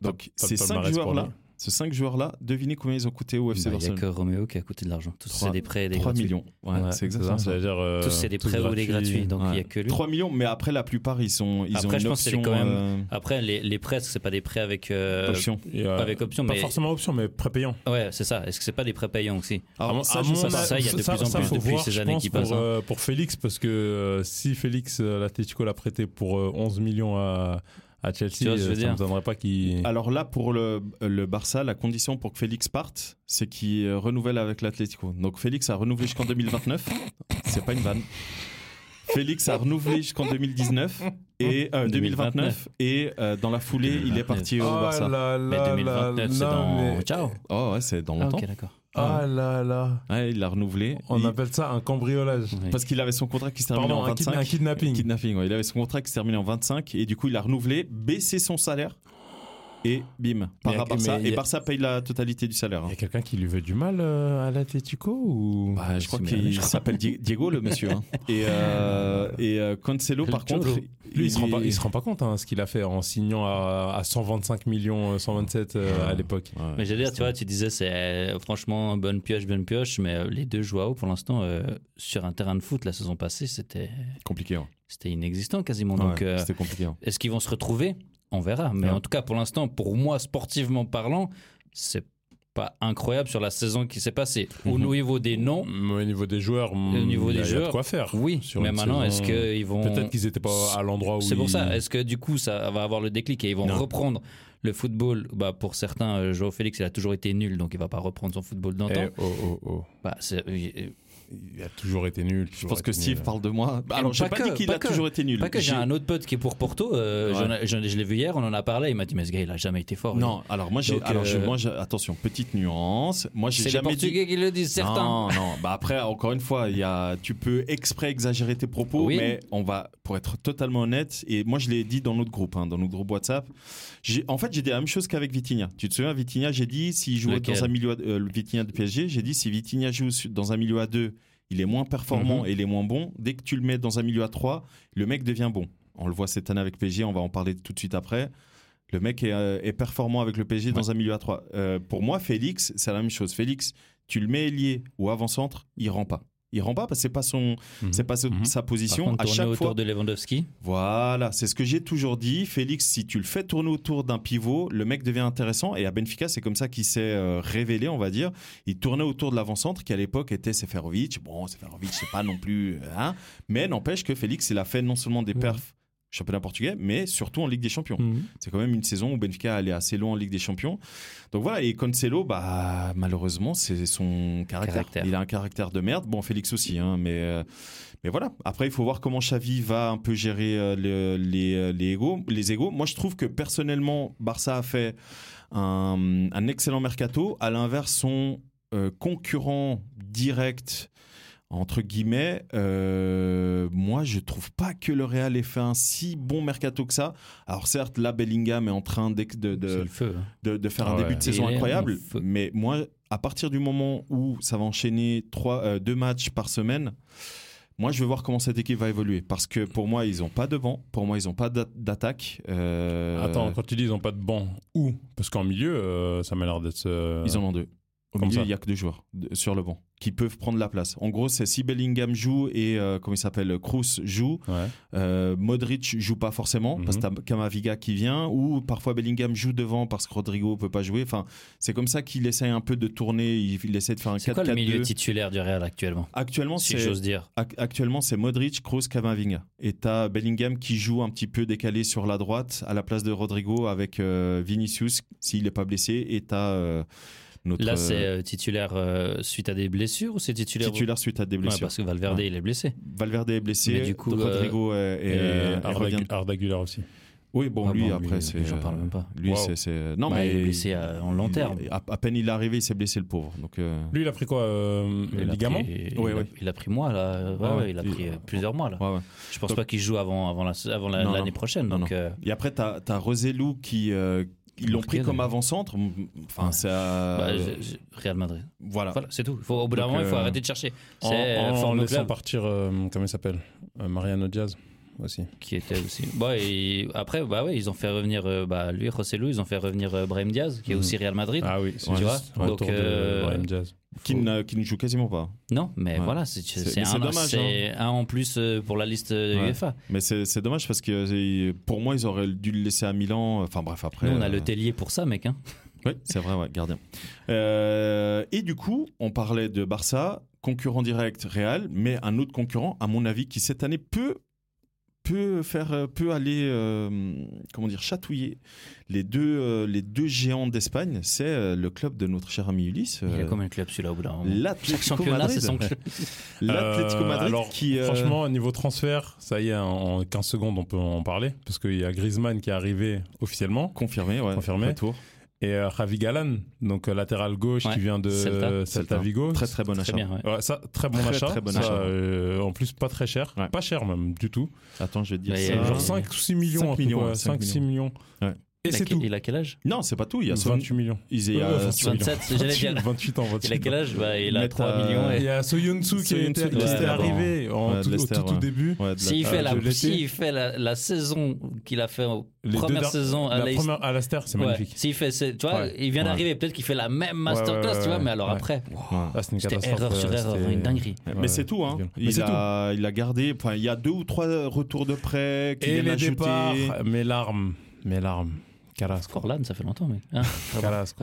Donc, Top ces cinq palmarès pour joueurs-là, lui. ces cinq joueurs-là, devinez combien ils ont coûté au Bah, FC Il n'y a Barcelone que Roméo qui a coûté de l'argent. Tous, Trois- c'est des prêts et des 3 gratuits. millions. Ouais, Ouais, c'est exactement ça. C'est-à-dire, euh, Tous, c'est des prêts ou des gratuits. Donc, il n'y a Ouais. que lui. 3 millions, mais après, la plupart, ils, sont, ils Après, ont une je pense que c'est option. quand même- euh, Après, les, les prêts, est-ce que c'est pas des prêts avec, euh, option. Et, euh, avec option Pas mais... forcément option, mais prépayant. Ouais, c'est ça. Est-ce que c'est pas des prêts payants aussi Alors, ça, à je mon ça, sais pas. avis, ça, il y a de plus en ça, plus faut depuis voir, ces je années pense, qui pour, passent, hein. euh, pour Félix, parce que euh, si Félix, euh, l'Atlético l'a prêté pour euh, 11 millions à, à Tu Chelsea, vois ce euh, que je ça veux ne dire Ah, me donnerait pas qu'il. Alors là, pour le, le Barça, la condition pour que Félix parte, c'est qu'il euh, renouvelle avec l'Atlético. Donc Félix a renouvelé jusqu'en 2029. C'est pas une vanne. Félix a renouvelé jusqu'en 2019 et euh, 2029 et euh, dans la foulée, il est parti au Barça. Ah, Oh là Mais 2029, c'est dans. Ciao Oh ouais, c'est dans Ah, longtemps. ok, d'accord. Ah là là Ouais, il l'a renouvelé. On Il- appelle ça un cambriolage. Parce qu'il avait son contrat qui se terminait Pardon, en un, kid- 25. un kidnapping. Kidnapping, ouais. Il avait son contrat qui se terminait en 25 et du coup, il a renouvelé, baissé son salaire et bim, part Mais- à Barça. mais il y Et a- Barça paye la totalité du salaire. hein. Il y a quelqu'un qui lui veut du mal euh, à l'Atlético ou... Bah, je crois mais- qu'il s'appelle Di- Diego le monsieur. hein. Et, euh, et euh, Cancelo par Cholo. contre, Lui, il se rend pas, est- il se rend pas compte hein, ce qu'il a fait en signant à, à 125 millions, euh, 127 euh, à l'époque. Mais j'allais dire, tu vois, tu disais, c'est euh, franchement bonne pioche, bonne pioche, mais euh, les deux Joao, pour l'instant, euh, sur un terrain de foot la saison passée, c'était compliqué. hein. c'était inexistant quasiment. Donc, Ouais, euh, c'était compliqué. hein. est-ce qu'ils vont se retrouver On verra. Mais Ouais. en tout cas, pour l'instant, pour moi, sportivement parlant, c'est pas incroyable sur la saison qui s'est passée. Au Mhm. niveau des noms, Mais Au niveau des joueurs, au niveau des il y a de joueurs, quoi faire. oui. Sur mais une maintenant, est-ce saison, qu'ils vont. Peut-être qu'ils n'étaient pas à l'endroit où. C'est pour ils- ça. Est-ce que du coup, ça va avoir le déclic et ils vont Non. reprendre le football bah, Pour certains, euh, Joao Félix, il a toujours été nul, donc il va pas reprendre son football Eh, d'antan. oh, oh, oh. Bah, c'est- euh, Il a toujours été nul. Je pense que Steve parle de moi. Alors, j'ai pas pas, que, dit qu'il pas a que. toujours été nul. pas que j'ai un autre pote qui est pour Porto. euh, Ouais. j'en ai- j'en ai- je l'ai vu hier, on en a parlé. Il m'a dit, mais ce gars, il a jamais été fort. Non, alors moi, j'ai, Donc, alors j'ai- euh, moi, j'ai- attention, petite nuance. Moi, lui. j'ai c'est les jamais dit. Portugais qui le disent, certains. Non, non. Bah après, encore une fois, il y a, tu peux exprès exagérer tes propos, Oui. mais on va, pour être totalement honnête, et moi je l'ai dit dans notre groupe, hein, dans notre groupe WhatsApp. J'ai, en fait, j'ai dit la même chose qu'avec Vitinha. Tu te souviens, Vitinha, j'ai dit s'il jouait Lequel dans un milieu, à- euh, le Vitinha de PSG, j'ai dit si Vitinha joue su- dans un milieu à 2 il est moins performant Mhm. et il est moins bon. Dès que tu le mets dans un milieu à 3 le mec devient bon. On le voit cette année avec PSG, on va en parler tout de suite après. Le mec est, euh, est performant avec le PSG dans un milieu à 3 pour moi, Félix, c'est la même chose. Félix, tu le mets ailier ou avant-centre, il rend pas. Il rend pas parce que c'est pas son, Mhm. c'est pas sa- Mhm. sa Par position. contre, à tourner chaque autour fois, de Lewandowski. voilà, c'est ce que j'ai toujours dit. Félix, si tu le fais tourner autour d'un pivot, le mec devient intéressant. Et à Benfica, c'est comme ça qu'il s'est euh, révélé, on va dire. Il tournait autour de l'avant-centre qui à l'époque était Seferovic. Bon, Seferovic, c'est pas non plus, hein. Mais n'empêche que Félix, il a fait non seulement des Ouais. perfs championnat portugais, mais surtout en Ligue des Champions. C'est quand même une saison où Benfica allait assez loin en Ligue des Champions. Donc voilà, et Cancelo, bah, malheureusement, c'est son caractère. Caractère. Il a un caractère de merde. Bon, Félix aussi, hein, mais, euh, mais voilà. Après, il faut voir comment Xavi va un peu gérer euh, le- les, les, égos, les égos. Moi, je trouve que personnellement, Barça a fait un, un excellent mercato. À l'inverse, son euh, concurrent direct entre guillemets, euh, moi je trouve pas que le Real ait fait un si bon mercato que ça. Alors certes, là Bellingham est en train d'ex- de, C'est de, le feu. hein. de, de faire Ah un ouais. début de Il saison est en incroyable, feu. mais moi à partir du moment où ça va enchaîner trois, euh, deux matchs par semaine, moi, je vais voir comment cette équipe va évoluer. Parce que pour moi, ils n'ont pas de banc. Pour moi, ils n'ont pas d'a- d'attaque. Euh, Attends, quand tu dis ils n'ont pas de banc, où Parce qu'en milieu, euh, ça m'a l'air d'être. euh, Ils en ont deux. Au Comme milieu, ça. il n'y a que deux joueurs de- sur le banc qui peuvent prendre la place. En gros, c'est si Bellingham joue et, euh, comment il s'appelle, Kroos joue, Ouais. euh, Modric joue pas forcément parce que Mhm. t'as Kamaviga qui vient, ou parfois Bellingham joue devant parce que Rodrigo peut pas jouer. Enfin, c'est comme ça qu'il essaie un peu de tourner, il, il essaie de faire un C'est quoi le milieu 4-4-2. titulaire du Real actuellement Actuellement, Si c'est j'ose dire. ac- actuellement c'est Modric, Kroos, Kamavinga. Et t'as Bellingham qui joue un petit peu décalé sur la droite à la place de Rodrigo avec euh, Vinicius s'il n'est pas blessé. Et t'as euh, notre Là, euh, c'est euh, titulaire euh, suite à des blessures ou c'est titulaire, titulaire suite à des Ouais, blessures. Hein. Parce que Valverde, Ouais. il est blessé. Valverde est blessé, Mais du coup, Rodrigo est- Et, est- euh, est- revient. Arda- Arda Güler aussi. Oui, bon, Ah lui, bon, après, lui, c'est. euh, j'en parle même pas. Lui, Wow. c'est- c'est. Non, Bah, mais. il est blessé à- en long il- terme. À, à peine il est arrivé, il s'est blessé, le pauvre. Donc, euh, Lui, il a pris quoi euh, Il a Ligament pris- Ouais, il, a, ouais. il a pris moi là. Ouais, Ah ouais. ouais, il a pris euh, plusieurs mois là. ouais, ouais. Je pense Donc- pas qu'il joue avant avant la avant la- Non, l'année non. prochaine. Non, donc euh, Et après, t'as as Roselou qui. euh, ils l'ont Marqué, pris comme d'ailleurs. avant-centre. Enfin, Ouais. ça. bah, je- je- Real Madrid. Voilà. Voilà, c'est tout. Il faut, au bout d'un Euh, ah. Donc, moment, il faut euh, arrêter de chercher. En, C'est en- euh, en forme de laissant club partir, euh, comment il s'appelle Euh, Mariano Diaz aussi. qui était aussi. Bon, et après, bah ouais, ils ont fait revenir euh, bah, lui, Rossellou, ils ont fait revenir euh, Brahim Diaz, qui est Mhm. aussi Real Madrid. Ah oui, Tu vois juste un Donc, tour de euh, Brahim Diaz. Qui, ne, qui ne joue quasiment pas. Non, mais Ouais. voilà, c'est- c'est mais c'est un, dommage, c'est hein. un en plus euh, pour la liste euh, de Ouais. UEFA. Mais c'est c'est dommage parce que euh, pour moi, ils auraient dû le laisser à Milan. Enfin, bref, après. Nous, on a euh, le tellier pour ça, mec. Hein. Oui, c'est vrai, ouais, gardien. Euh, et du coup, on parlait de Barça, concurrent direct Real, mais un autre concurrent, à mon avis, qui cette année peut peut faire euh, peut aller euh, comment dire chatouiller les deux euh, les deux géants d'Espagne, c'est euh, le club de notre cher ami Ulysse. Il y a euh, combien de clubs celui-là au bout d'un moment Chaque L'Atlético championnat, c'est son Madrid, club. L'Atlético Euh, Madrid alors, qui euh, Franchement, au niveau transfert, ça y est, en en 15 secondes, on peut en parler. Parce qu'il y a Griezmann qui est arrivé officiellement. confirmé, ouais, Confirmé. retour. Et euh, Javi Galan, donc euh, latéral gauche Ouais, qui vient de Celta. Celta, Celta. Vigo. Très très bon Très achat. bien, ouais. Ouais, ça, très bon Très, achat. très bon Ça, achat. euh, en plus, pas très cher. Ouais. Pas cher même, du tout. Attends, je vais te dire Mais euh, il y a ça. eu Genre Ouais. 5 ou 6 millions. 5 millions, ouais, 5 5-6 millions. Ouais. Et Il a c'est que- tout. Il a quel âge Non, c'est pas tout, il y a Son- 28 millions. il y a Euh, 28 millions. 27, j'allais dire. 28 ans, 28 Il a quel âge Bah, Il a Mettre, 3 euh, millions. Il Et... y a Soyuncu qui Soyuncu, était, qui ouais, était d'abord. arrivé en Ouais, de tout, au Leicester, tout, tout ouais. début. Ouais, de la- S'il fait, Euh, la, de l'été. s'il fait la, la saison qu'il a fait en Les deux première dernières- saison à La Leicester, première à Leicester, c'est ouais, magnifique. S'il fait, c'est- tu vois, Ouais. il vient Ouais. d'arriver, peut-être qu'il fait la même masterclass, Ouais, ouais, tu vois, ouais, mais alors ouais. après, Ouais. Ah, c'est une c'était catastrophe. erreur sur euh, erreur, c'était- une dinguerie. Mais c'est tout, hein. bien. Mais Il c'est a, il a gardé. Enfin, il y a deux ou trois retours de prêt qui Et viennent les ajouter. départs, mes larmes, mes larmes. Carrasco. Corlan, ça fait longtemps, mais. hein. Carrasco.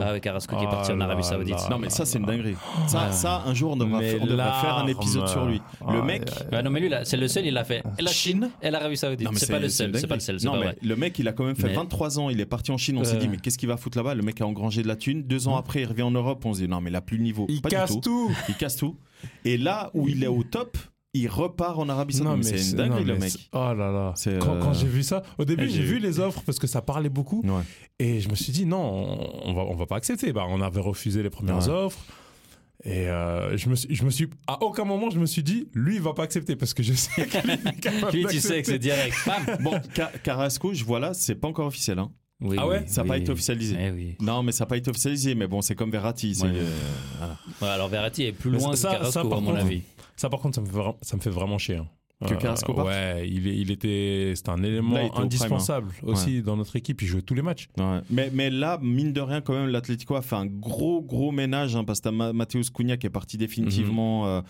Ah, ouais, Carrasco qui est Ah parti en là Arabie Saoudite. là. Non, mais ça, c'est une dinguerie. Ça, ça, un jour, on devra, Ah. Mais on devra l'arme. faire un épisode sur lui. Le Ah, mec. Ouais, non, mais lui, là, c'est le seul, il a fait la Chine et l'Arabie Saoudite. Non, mais C'est pas le une seul, c'est dinguerie. pas le seul. c'est Non, pas mais vrai. le mec, il a quand même fait Mais- 23 ans, il est parti en Chine, on s'est Euh. dit, mais qu'est-ce qu'il va foutre là-bas Le mec a engrangé de la thune. Deux ans après, il revient en Europe, on se dit, non, mais il a plus le niveau. Mm. Il Pas du casse tout. tout. Il casse tout. Et là où il est au top, il repart en Arabie Saoudite. Mais c'est une dinguerie, non, le mais mec. c'est- Oh là là. C'est, Quand, euh, quand j'ai vu ça, au début ouais, j'ai j'ai vu eu- les offres parce que ça parlait beaucoup Ouais. et je me suis dit non, on va on va pas accepter. Bah, on avait refusé les premières Ouais. offres et euh, je me suis, je me suis à aucun moment je me suis dit lui il va pas accepter parce que je sais qu'il est capable Lui, tu sais d'accepter. que c'est direct. Bam Bon, Ca- Carrasco, je vois là, c'est pas encore officiel. Hein. Oui, Ah ouais oui, Ça n'a oui. pas été officialisé. Eh oui. Non, mais ça n'a pas été officialisé, mais bon, c'est comme Verratti. c'est- euh, Ouais. Ouais, alors Verratti est plus Mais loin ça- de Carrasco, ça, par à mon contre- avis. Ça par contre ça me fait, vra- ça me fait vraiment chier. hein. Que Carrasco parte Ouais, il, est- il était c'était un élément Là, il était hein. au prime, indispensable aussi dans notre équipe. Il jouait tous les matchs. Ouais. Mais, mais là, mine de rien, quand même, l'Atlético a fait un gros, gros ménage hein, parce que t'as Ma- Mateus Cunha qui est parti Mhm. définitivement euh,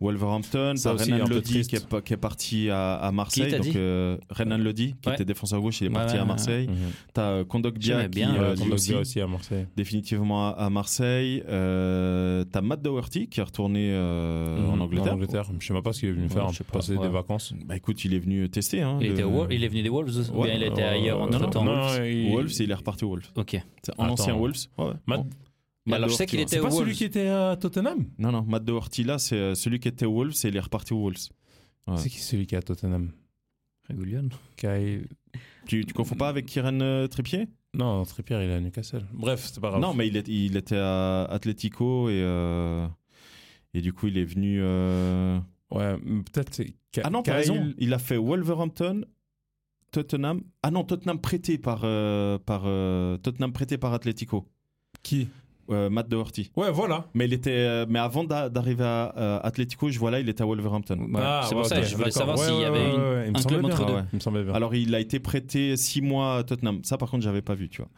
Wolverhampton, Ça t'as aussi, Renan un peu Lodi triste. qui est, pa- qui est parti à, à Marseille. Qui t'as donc, dit euh, Renan Lodi, qui Ouais. était défenseur gauche, il est Ouais, parti ouais, à ouais. Marseille. T'as euh, Kondogbia J'aimais qui bien, euh, euh, lui Kondogbia aussi, aussi à Marseille. définitivement à, à Marseille. Euh, t'as Matt Doherty qui est retourné euh, en Mhm. Angleterre. Je sais même pas ce qu'il est venu Ouais, faire, je sais pas, passer ouais. des vacances. Bah écoute, il est venu tester. Hein, Il, le- était au Wol- il est venu des Wolves ou Ouais, bien il était Euh, ailleurs non, entre temps non, il- Wolves, il est reparti aux Wolves. Ok. C'est un Attends. ancien Wolves. Ouais. Matt- Bon. Mais alors, je Matt sais qu'il Doherty, hein. était C'est pas aux Wolves. celui qui était à Tottenham ouais. Non, non, Matt Doherty, là, c'est euh, celui qui était aux Wolves et il est reparti aux Wolves. Ouais. C'est qui celui qui est à Tottenham Regulion. Kai- Tu, tu confonds pas avec Kieran euh, Trippier Non, Trippier, il est à Newcastle. Bref, c'est pas grave. Non, mais il, est- il était à Atletico et, euh, et du coup, il est venu. euh, Ouais, mais peut-être c'est. Ka- Ah non, par Kyle- exemple, il a fait Wolverhampton, Tottenham. Ah non, Tottenham prêté par, euh, par euh, Tottenham prêté par Atletico. Qui euh, Matt Doherty. Ouais, voilà. Mais, il était, euh, mais avant d'a- d'arriver à euh, Atlético, je vois là, il était à Wolverhampton. Ah, c'est pour ouais, ça, ok, je voulais d'accord. savoir s'il y avait une- Il me un semblait club bien. entre deux. Ah ouais, Il me semblait bien. Alors, il a été prêté six mois à Tottenham. Ça, par contre, j'avais pas vu, tu vois.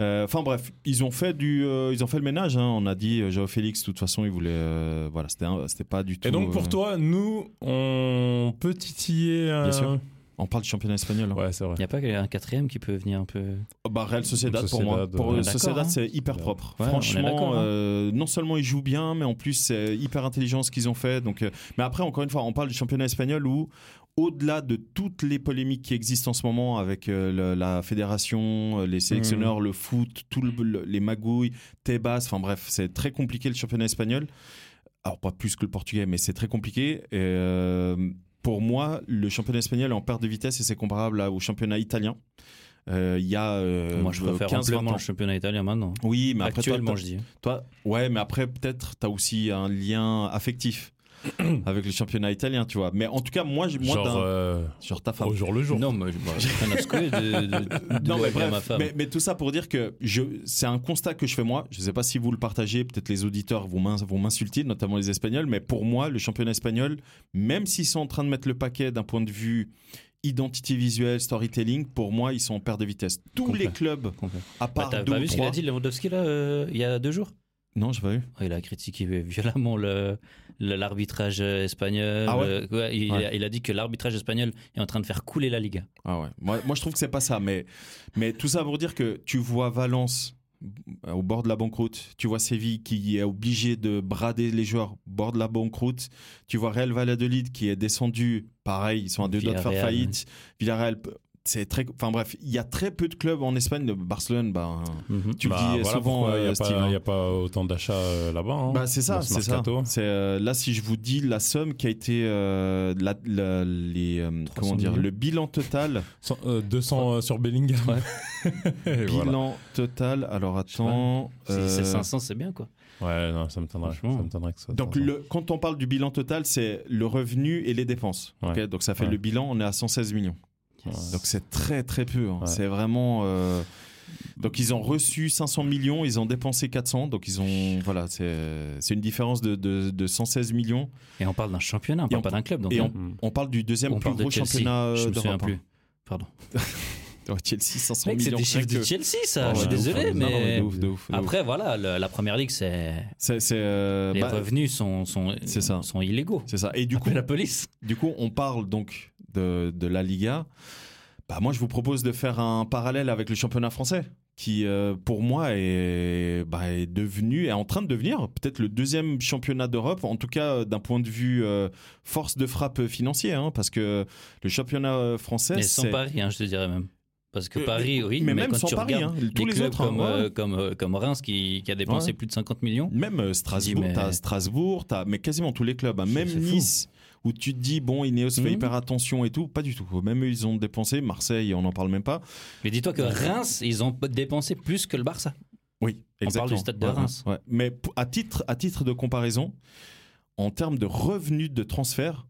Euh, Enfin bref, ils ont fait du, euh, ils ont fait le ménage. hein. On a dit euh, Joao Félix, de toute façon, il voulait, euh, voilà, c'était, un- c'était pas du tout. Et donc euh, pour toi, nous, on peut titiller. euh, Bien sûr. On parle du championnat espagnol. hein. Ouais, c'est vrai. Il n'y a pas qu'un quatrième qui peut venir un peu. Bah, Real Sociedad pour Sociedad, moi. euh, Pour on est euh, d'accord, Sociedad, hein. c'est hyper propre. Ouais, on est Franchement, d'accord, hein. euh, non seulement ils jouent bien, mais en plus c'est hyper intelligent ce qu'ils ont fait. Donc, euh, mais après, encore une fois, on parle du championnat espagnol où, au-delà de toutes les polémiques qui existent en ce moment avec euh, le- la fédération, euh, les sélectionneurs, Hmm. le foot, tout le, le- les magouilles, Tebas, enfin bref, c'est très compliqué le championnat espagnol. Alors pas plus que le portugais, mais c'est très compliqué. Et, euh, pour moi, le championnat espagnol est en perte de vitesse et c'est comparable à- au championnat italien. Euh, Il y a euh, Moi, je préfère 15 20 amplement ans. le championnat italien maintenant. Oui, mais après, toi, Actuellement, t'as- je dis. toi, ouais, mais après, peut-être, tu as aussi un lien affectif avec le championnat italien, tu vois. Mais en tout cas, moi, j'ai moins Genre d'un. euh, Genre ta femme. au jour le jour. Non, mais je- bah, j'ai rien à secouer de, de- de Non, dire mais, à bref, ma femme. mais, mais tout ça pour dire que je, c'est un constat que je fais moi. Je ne sais pas si vous le partagez, peut-être les auditeurs vont, m'in- vont m'insulter, notamment les Espagnols, mais pour moi, le championnat espagnol, même s'ils sont en train de mettre le paquet d'un point de vue identité visuelle, storytelling, pour moi, ils sont en perte de vitesse. Tous Complet. les clubs, Complet. à Bah, part T'as deux pas ou vu ce qu'il trois... a dit Lewandowski là euh, il y a deux jours Oh, Non, j'ai pas vu. Il a critiqué violemment le- le- l'arbitrage espagnol. Ah ouais Euh, ouais, il, Ouais. A, il a dit que l'arbitrage espagnol est en train de faire couler la Liga. Ah ouais. Moi, moi, je trouve que c'est pas ça, mais, mais tout ça pour dire que tu vois Valence euh, au bord de la banqueroute, tu vois Séville qui est obligé de brader les joueurs au bord de la banqueroute, tu vois Real Valladolid qui est descendu, pareil, ils sont à deux doigts de faire Villarreal, faillite, Villarreal, p- c'est très, enfin bref, il y a très peu de clubs en Espagne, Barcelone, ben, tu Bah, le dis voilà souvent, pourquoi euh, Il n'y a, Steve, pas- hein. y a pas autant d'achats euh, là-bas. hein, Bah, c'est ça, dans ce c'est ça. mercato. C'est euh, là si je vous dis la somme qui a été euh, la- la- les euh, 300 comment dire millions. le bilan total Cent- euh, 200 euh, sur Bellingham. Et voilà. Bilan total, alors sais pas. attends. Si euh, c'est 500, c'est bien quoi. Ouais, non, ça me tendrait. Ça Franchement. me tendrait que ça. Donc le, quand on parle du bilan total, c'est le revenu et les dépenses. Ouais. ok donc ça fait Ouais. le bilan, on est à 116 millions. Donc c'est très très peu. hein. Ouais. C'est vraiment. euh, Donc ils ont reçu 500 millions, ils ont dépensé 400, donc ils ont voilà c'est c'est une différence de, de, de 116 millions. Et on parle d'un championnat, on parle on- pas d'un club. Donc, et hein. Ah, On parle du deuxième on plus parle de gros Chelsea. championnat euh, je me souviens d'Europe. plus. Pardon. hein. Ouais, Chelsea 500 Mec, c'est millions. des chiffres rien de que- Chelsea, Ah ça. ouais, je suis de ouf, désolé, hein. Non, non, mais. de ouf, de ouf, de ouf. Après, voilà, le- la première ligue, c'est. c'est c'est, euh, Les bah, revenus sont, sont, c'est ça. sont illégaux. c'est ça. Et du coup Appelle la police. Du coup, on parle donc de, de la Liga. Bah, moi, je vous propose de faire un parallèle avec le championnat français, qui, euh, pour moi, est, bah, est devenu, est en train de devenir peut-être le deuxième championnat d'Europe, en tout cas euh, d'un point de vue euh, force de frappe financier, hein, parce que le championnat euh, français, Mais sans c'est. Paris, hein, je te dirais même. Parce que Euh, Paris, oui, mais mais, même quand sans tu Paris, regardes hein, des tous les clubs autres, hein, comme, ouais. euh, comme, euh, comme Reims qui, qui a dépensé Ouais. plus de 50 millions. Même euh, Strasbourg, mais- t'as Strasbourg, t'as mais quasiment tous les clubs, hein. C'est- même c'est fou. Nice où tu te dis bon, Ineos fait Mhm. hyper attention et tout, pas du tout. Même eux, ils ont dépensé. Marseille, on n'en parle même pas. Mais dis-toi que Reims, ils ont dépensé plus que le Barça. Oui, On exactement. parle du stade de Ouais, Reims. ouais, ouais. Mais p- à titre, à titre de comparaison, en termes de revenus de transfert,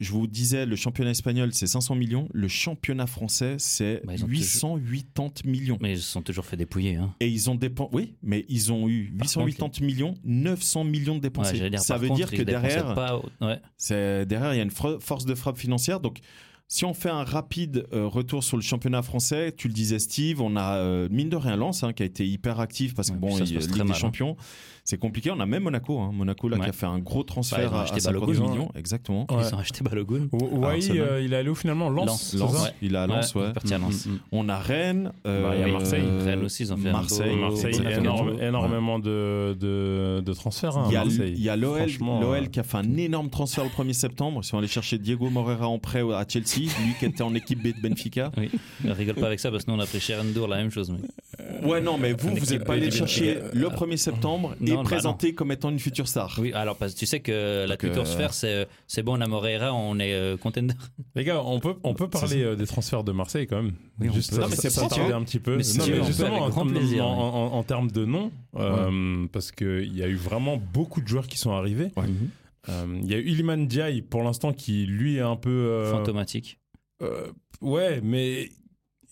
je vous disais, le championnat espagnol, c'est 500 millions. Le championnat français, c'est Bah, ils ont 880 millions. Mais ils se sont toujours fait dépouiller. Hein. Et ils ont dépensé. Oui, mais ils ont eu Par 880 millions, 900 millions de Ouais, dépensés. j'allais dire, Ça par veut contre, dire que ils dépensaient derrière, pas- ouais. c'est derrière, il y a une fro- force de frappe financière. Donc, si on fait un rapide euh, retour sur le championnat français, tu le disais, Steve, on a euh, mine de rien Lens hein, qui a été hyper actif parce que Ouais, bon, puis ça il se passe Ligue très des mal, hein. Champions, c'est compliqué. On a même Monaco, hein. Monaco là Ouais. qui a fait un gros transfert Bah, ils ont à, acheté à 50 Balogun, hein. Oh, millions, exactement. Ouais. Ils ont acheté Balogun. Ou- À Ouai, Arsenal. euh, il est allé où finalement Lens. Lens, c'est ça ouais. Il a Lens, ouais. il est parti à Lens. Mm, mm, mm. On a Rennes. euh, Bah, il y a Marseille. Rennes aussi, ils ont fait un Marseille, beau- Marseille, Marseille, énorme- Ouais. énormément de, de, de transferts. hein, Il y a- Marseille. il y a l'OL Franchement, euh, l'OL qui a fait un énorme transfert le 1er septembre. Ils sont allés chercher Diego Morera en prêt à Chelsea, lui qui était en équipe B de Benfica. Oui, rigole pas avec ça parce que nous on a pris Sherendour la même chose. Mais... Ouais, non, mais vous, Une vous équipe n'êtes pas de allé le début. chercher Euh, le 1er septembre non, bah et présenté comme étant une future star. Oui, alors parce que tu sais que la Donc, euh, Twitter sphère, c'est c'est bon, on a Moreira, on est euh, contender. Les gars, on peut, on peut C'est parler ça. euh, des transferts de Marseille quand même. Oui, on Juste peut. ça, Non, mais ça- c'est ça propre, tarder hein. un petit peu. Mais si Non, tu mais veux, on peut justement, avec en, grand plaisir, en- ouais. en- en termes de nom, euh, parce qu'il y a eu vraiment beaucoup de joueurs qui sont arrivés. Ouais. Mhm. Euh, Il y a eu Iliman Diaye pour l'instant qui, lui, est un peu. euh, Fantomatique. euh, ouais, mais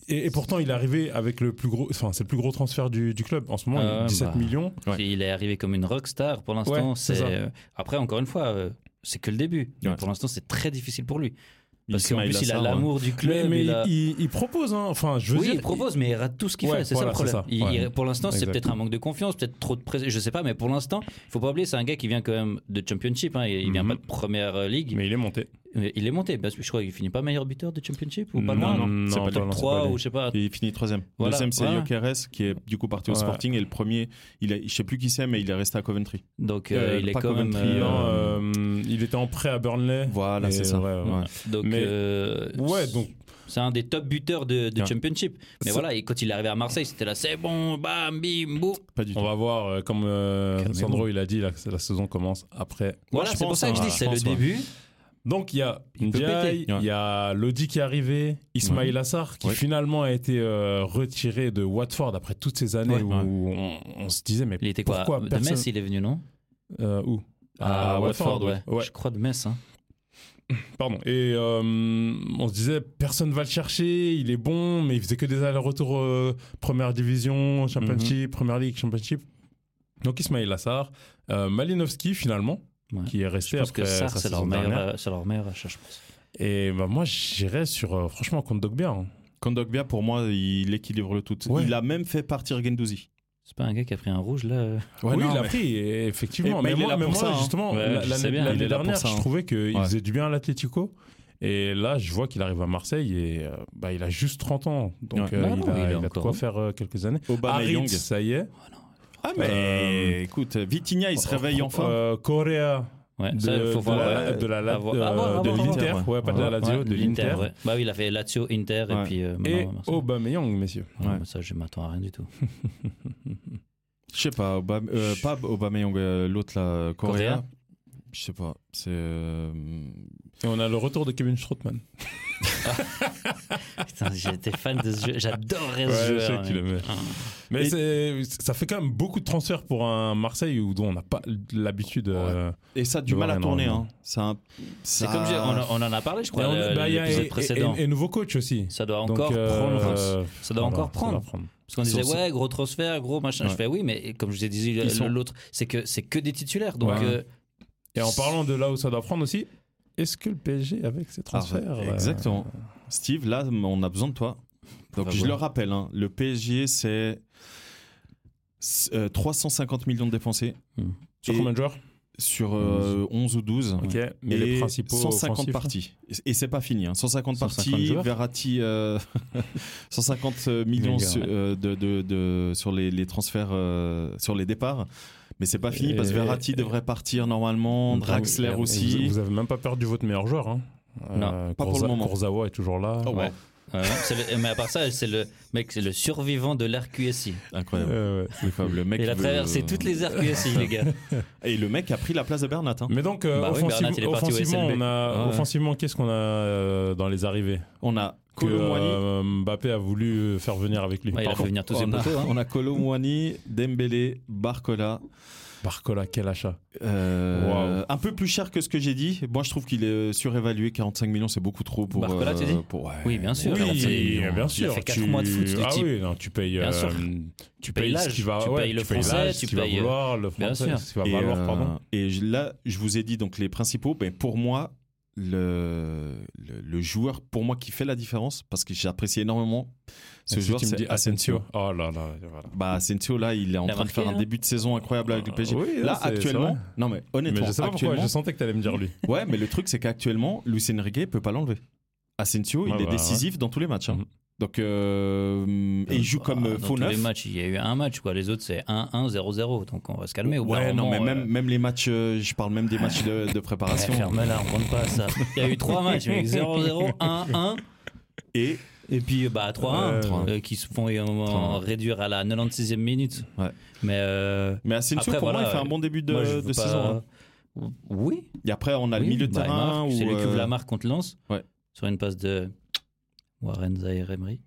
Et, et pourtant, il est arrivé avec le plus gros. Enfin, c'est le plus gros transfert du, du club. En ce moment, il Ah est ouais, 17 bah. millions. Il est arrivé comme une rockstar pour l'instant. Ouais, c'est c'est ça. euh, Après, encore une fois, euh, c'est que le début. Mais Ouais. Pour l'instant, c'est très difficile pour lui. Il Parce qu'en smile plus, à il a ça, l'amour du hein. Mais, club. mais il a- il, il propose, hein. Enfin, je veux oui, dire. il propose, mais il rate tout ce qu'il Ouais, fait. C'est voilà, ça le c'est problème. Il- ça. il- Ouais. pour l'instant, c'est Exact. peut-être un manque de confiance, peut-être trop de pression. Je sais pas, mais pour l'instant, faut pas oublier, c'est un gars qui vient quand même de Championship. hein, il, il vient pas Mhm. de première euh, ligue. Mais il est monté. Mais Il est monté. Parce que je crois qu'il finit pas meilleur buteur de Championship ou pas Non, loin. non, c'est pas Top pas loin, c'est 3 pas ou lui. je sais pas. Et il finit troisième. Voilà. Deuxième, c'est Ouais. Yokeres, qui est du coup parti au Ouais. Sporting. Et le premier, il est, je sais plus qui c'est, mais il est resté à Coventry. Donc euh, Euh, il est pas quand même. Coventry, euh, Non, euh, il était en prêt à Burnley. Voilà, Et c'est ça. ouais, ouais. Ouais. Donc, Mais- euh, Ouais, donc c'est un des top buteurs de, de Ah. Ouais. Championship. Mais Ça- voilà, et quand il est arrivé à Marseille, c'était là, c'est bon, bam, bim, boum. Pas du tout. on va voir. euh, comme euh, Calmez-vous. Sandro, il a dit, la, la saison commence après. Voilà, je c'est pour pense, ça que je hein, dis, je c'est le pense, ouais. début. Donc il y a Il peut Ndiaye, péter. il y a Lodi qui est arrivé, Ismail Assar qui Ouais. finalement a été euh, retiré de Watford après toutes ces années Ouais. où on, on se disait mais Il était quoi pourquoi De personne Metz, il est venu, non Euh, où À Watford, ouais. ouais. Je crois de Metz. hein. Pardon. Et euh, on se disait personne va le chercher, il est bon, mais il faisait que des allers-retours euh, première division, Mhm. championship, première ligue, championship. Donc Ismail Assar, euh, Malinowski finalement Ouais. qui est Je resté pense après que ça, sa c'est saison leur, meilleur, dernière. euh, c'est leur meilleur achat, je pense. Et bah, moi j'irais sur euh, franchement contre Dogbia. hein. Kondogbia, pour moi, il équilibre le tout. Ouais. Il a même fait partir Gendouzi. C'est pas un gars qui a pris un rouge, là euh. oui, non, il a mais- pris, et- effectivement. Et- mais mais il est moi, là mais pour moi, ça, hein. justement, Ouais, la- je sais l'année bien, il l'année est là pour dernière, ça, je hein. trouvais qu'il Ouais. faisait du bien à l'Atlético. Et là, je vois qu'il arrive à Marseille et euh, bah, il a juste 30 ans. Ouais. Donc, Bah euh, Ah il, non, a, il est il a de encore hein. quoi bon. faire euh, quelques années. Obama Harit, Young. ça y est. Ah, mais écoute, Vitinha, il se réveille enfin. Euh, Correa Ouais, de, ça, il faut de voir. la, euh, de la- avoir- euh, avoir- de avoir- l'Inter. avoir. Ouais, pas de la Lazio, ouais, de l'Inter. ouais. Bah oui, il a fait Lazio, Inter, Ouais. et puis. euh, maintenant, Et ouais, Marseille. Aubameyang, messieurs. Ouais, ouais. mais Ça, je m'attends à rien du tout. Je sais pas, Obama, euh, pas Obama Young, l'autre là, Correa. Correa. Je sais pas. C'est. euh, Et on a le retour de Kevin Strootman. Putain, j'étais fan de ce jeu. J'adorais Ouais, ce je jeu. sais hein, qu'il mec. aimait. Ah. Mais Et- c'est- ça fait quand même beaucoup de transferts pour un Marseille où, dont on n'a pas l'habitude. euh, Et ça a du Ouais, mal à non, tourner. non. Hein. Ça a- C'est ça- comme j'ai- on, en- on en a parlé, je Et crois, on- le- bah, il y a l'épisode et- précédent. Et, et nouveau coach aussi. ça doit Donc, encore euh, prendre. Ça doit voilà, encore ça doit prendre. Parce qu'on disait, sont- ouais, gros transfert, gros machin. Ouais. Je fais, oui, mais comme je vous ai dit, le- Ils sont- l'autre, c'est que c'est que des titulaires. Donc, Ouais. euh, Et en parlant de là où ça doit prendre aussi, est-ce que le PSG avec ses Ah, transferts euh, Exactement. Steve, là, on a besoin de toi. Donc, va je voir. le rappelle, hein, le PSG, c'est euh, 350 millions de dépensés Hmm. euh, Sur Et- combien de joueurs sur euh, 11 ou 12. Ok. Mais et les principaux. 150 offensifs, parties. Et c'est pas fini. hein. 150, 150 parties, joueurs. Verratti, euh, 150 millions Méga, sur, euh, de, de- de- sur les, les transferts, euh, sur les départs. Mais c'est pas fini parce que Et- Verratti devrait partir normalement, Donc, Draxler et vous- aussi. Vous, avez même pas perdu votre meilleur joueur. Hein. Non, pas pour le Kurza- moment. Kurzawa est toujours là. Oh, wow. Ouais. euh, c'est le- mais à part ça, c'est le mec, c'est le survivant de l'RQSI. Incroyable. Euh, ouais. C'est fab- le mec Il a veut- traversé toutes les RQSI, les gars. Et le mec a pris la place de Bernat. hein. Mais donc, euh, Bah oui, offensive- Bernat, il est parti au offensivement, SLB. on a, Ouais. offensivement, qu'est-ce qu'on a euh, dans les arrivées On a que Colomwani. euh, Mbappé a voulu euh, faire venir avec lui. Ouais, il a Pardon. fait venir tous ses on, a, poteaux. hein. on a Colomwani, Dembélé, Barcola. Barcola, quel achat Euh, Waouh. Un peu plus cher que ce que j'ai dit. Moi, je trouve qu'il est euh, surévalué. 45 millions, c'est beaucoup trop pour. Barcola, tu euh, dis pour- ouais. Oui, bien sûr. Oui, 45 millions. bien sûr. Il a fait 4 tu- mois de foot, ce Ah type. oui, non, tu payes. Bien euh, sûr. Tu payes payes ce l'âge, qui va, tu ouais, payes le l'âge, français, ce tu qui va payes, euh, vouloir, le bien français, sûr. ce qui va Et, valoir, euh, pardon. et je- là, je vous ai dit donc les principaux. Ben, pour moi, le, le, le joueur pour moi qui fait la différence, parce que j'apprécie énormément ce Et si joueur, tu me c'est dis Asensio. Oh là là, voilà. Bah, Asensio, là, il est en Il a train marqué, de faire un hein. début de saison incroyable avec le PSG. Oui, hein, là, c'est- c'est actuellement, vrai. non, mais Mais honnêtement, je sais pas pourquoi, actuellement, je sentais que t'allais me dire lui. ouais, mais le truc, c'est qu'actuellement, Luis Enrique peut pas l'enlever. Asensio, Ouais, il est bah, décisif dans tous les mataux. hein. Mhm. Donc, euh, et il joue comme Ah, euh, dans faux tous neuf. les matchs, il y a eu un match, quoi. Les autres, c'est 1-1, 0-0. Donc, on va se calmer. Au bout ouais, d'un non, moment, mais euh, même, même les matchs, euh, je parle même des matchs de, de préparation. Ferme-la, on compte pas ça. Il y a eu 3 matchs, mec. 0-0, 1-1. Et Et puis euh, bah 3-1 3-1. euh, qui se font euh, 3-1. réduire à la 96e minute. Ouais. Mais euh, Mais Asensio, Après, pour moi, voilà, il fait un euh, bon début de, moi, je de veux pas- saison. hein. Oui. Et après, on a le oui, milieu de bah, il terrain. marque. où, C'est lui qui ouvre euh, la marque contre Lens. ouais. Sur une passe de Warren Zaire Emery.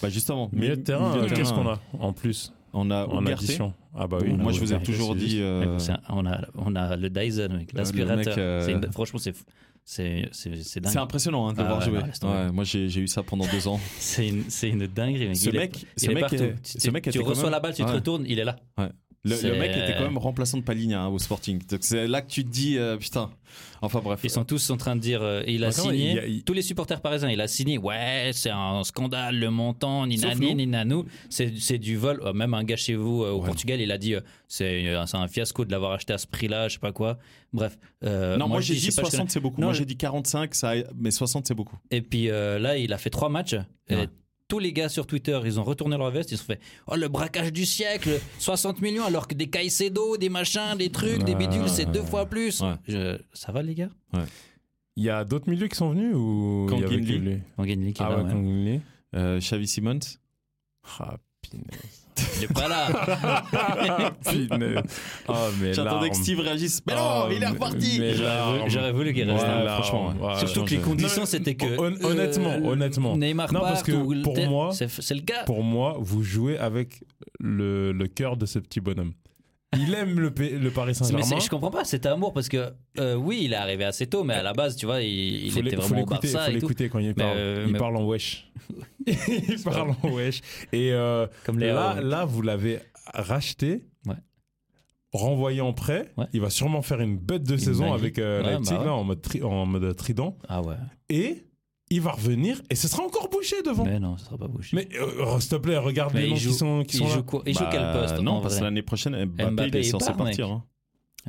bah, justement, Milieu de terrain, milieu de euh, qu'est-ce terrain. qu'on a Oh, en plus On a en Ugarte. addition Ah bah oui. Moi, je vous ai Ugarte, toujours c'est dit. juste. euh, C'est un- on, a, on a le Dyson, mec, le mec, l'aspirateur. euh, C'est une- Franchement, c'est fou. C'est c'est- c'est dingue. C'est impressionnant hein, de Ah le voir ouais, jouer. non, laisse tomber. Ouais, moi, j'ai j'ai eu ça pendant deux ans. C'est une, c'est une dinguerie. mec. Ce Il est- mec, il ce est mec, partout. est- Tu- ce mec tu, était quand reçois même- la balle, tu te Ouais. retournes, il est là. Le, le C'est- mec était quand même remplaçant de Palinia hein, au Sporting. Donc c'est là que tu te dis, euh, putain. Enfin bref. Ils sont tous en train de dire, euh, il a Attends, signé. il y a- il- Tous les supporters parisiens, il a signé. Ouais, c'est un scandale, le montant, ni Sauf nani, nous. ni nanou. C'est c'est du vol. Euh, Même un gars chez vous euh, au Ouais. Portugal, il a dit, euh, c'est euh, c'est un fiasco de l'avoir acheté à ce prix-là, je sais pas quoi. Bref. euh, non, moi, je j'ai dis, dit c'est pas 60 c'est beaucoup. Non, moi je- j'ai dit 45, ça... a- mais 60 c'est beaucoup. Et puis euh, là, il a fait trois matchs. Et Ouais. tous les gars sur Twitter, ils ont retourné leur veste, ils se sont fait Oh, le braquage du siècle, 60 millions, alors que des Caicedo, des machins, des trucs, des bidules, c'est deux fois plus. Ouais. Je- Ça va, les gars Il y a d'autres milieux qui sont venus ou Kang il y avait In que Lee. lui On gagne les Ah ouais, Kang In Lee. Euh, Xavi Simons. Ah, Il est pas là. punaise. Oh, mais J'attendais l'arme. que Steve réagisse. Mais non, Oh, il est mais- reparti. mais J'aurais l'arme. voulu- J'aurais voulu qu'il Ouais, reste là. l'arme. franchement, ouais. Ouais, Surtout ouais. que les conditions, Non, c'était que. euh, hon- honnêtement, honnêtement. Neymar Non, part parce que ou- pour tel- moi- C'est c'est le gars. Pour moi, vous jouez avec le, le cœur de ce petit bonhomme. Il aime le, P- le Paris Mais Saint-Germain. c'est- je comprends pas cet amour parce que euh, oui, il est arrivé assez tôt, mais à la base, tu vois, il, il Faut l'é- était faut vraiment au l'écouter- Barça faut et tout. l'écouter quand il parle. euh, il mais- parle en wesh. il parle en wesh. Et euh, Comme les là, là, vous l'avez racheté, Ouais. renvoyé en prêt. Ouais. Il va sûrement faire une bête de saison dinguerie. avec euh, Ouais, Leipzig, bah ouais. là, en, mode tri- en mode trident. Ah ouais. Et il va revenir et ce sera encore bouché devant. Mais, Mais non, ce sera pas bouché. euh, oh, s'il te plaît, regarde Mais les il noms joue- qui sont, qui il sont joue là. quoi Il joue Bah, quel poste Non, en parce que vrai l'année prochaine, Mbappé, Mbappé, il est il censé part, mec. partir. hein.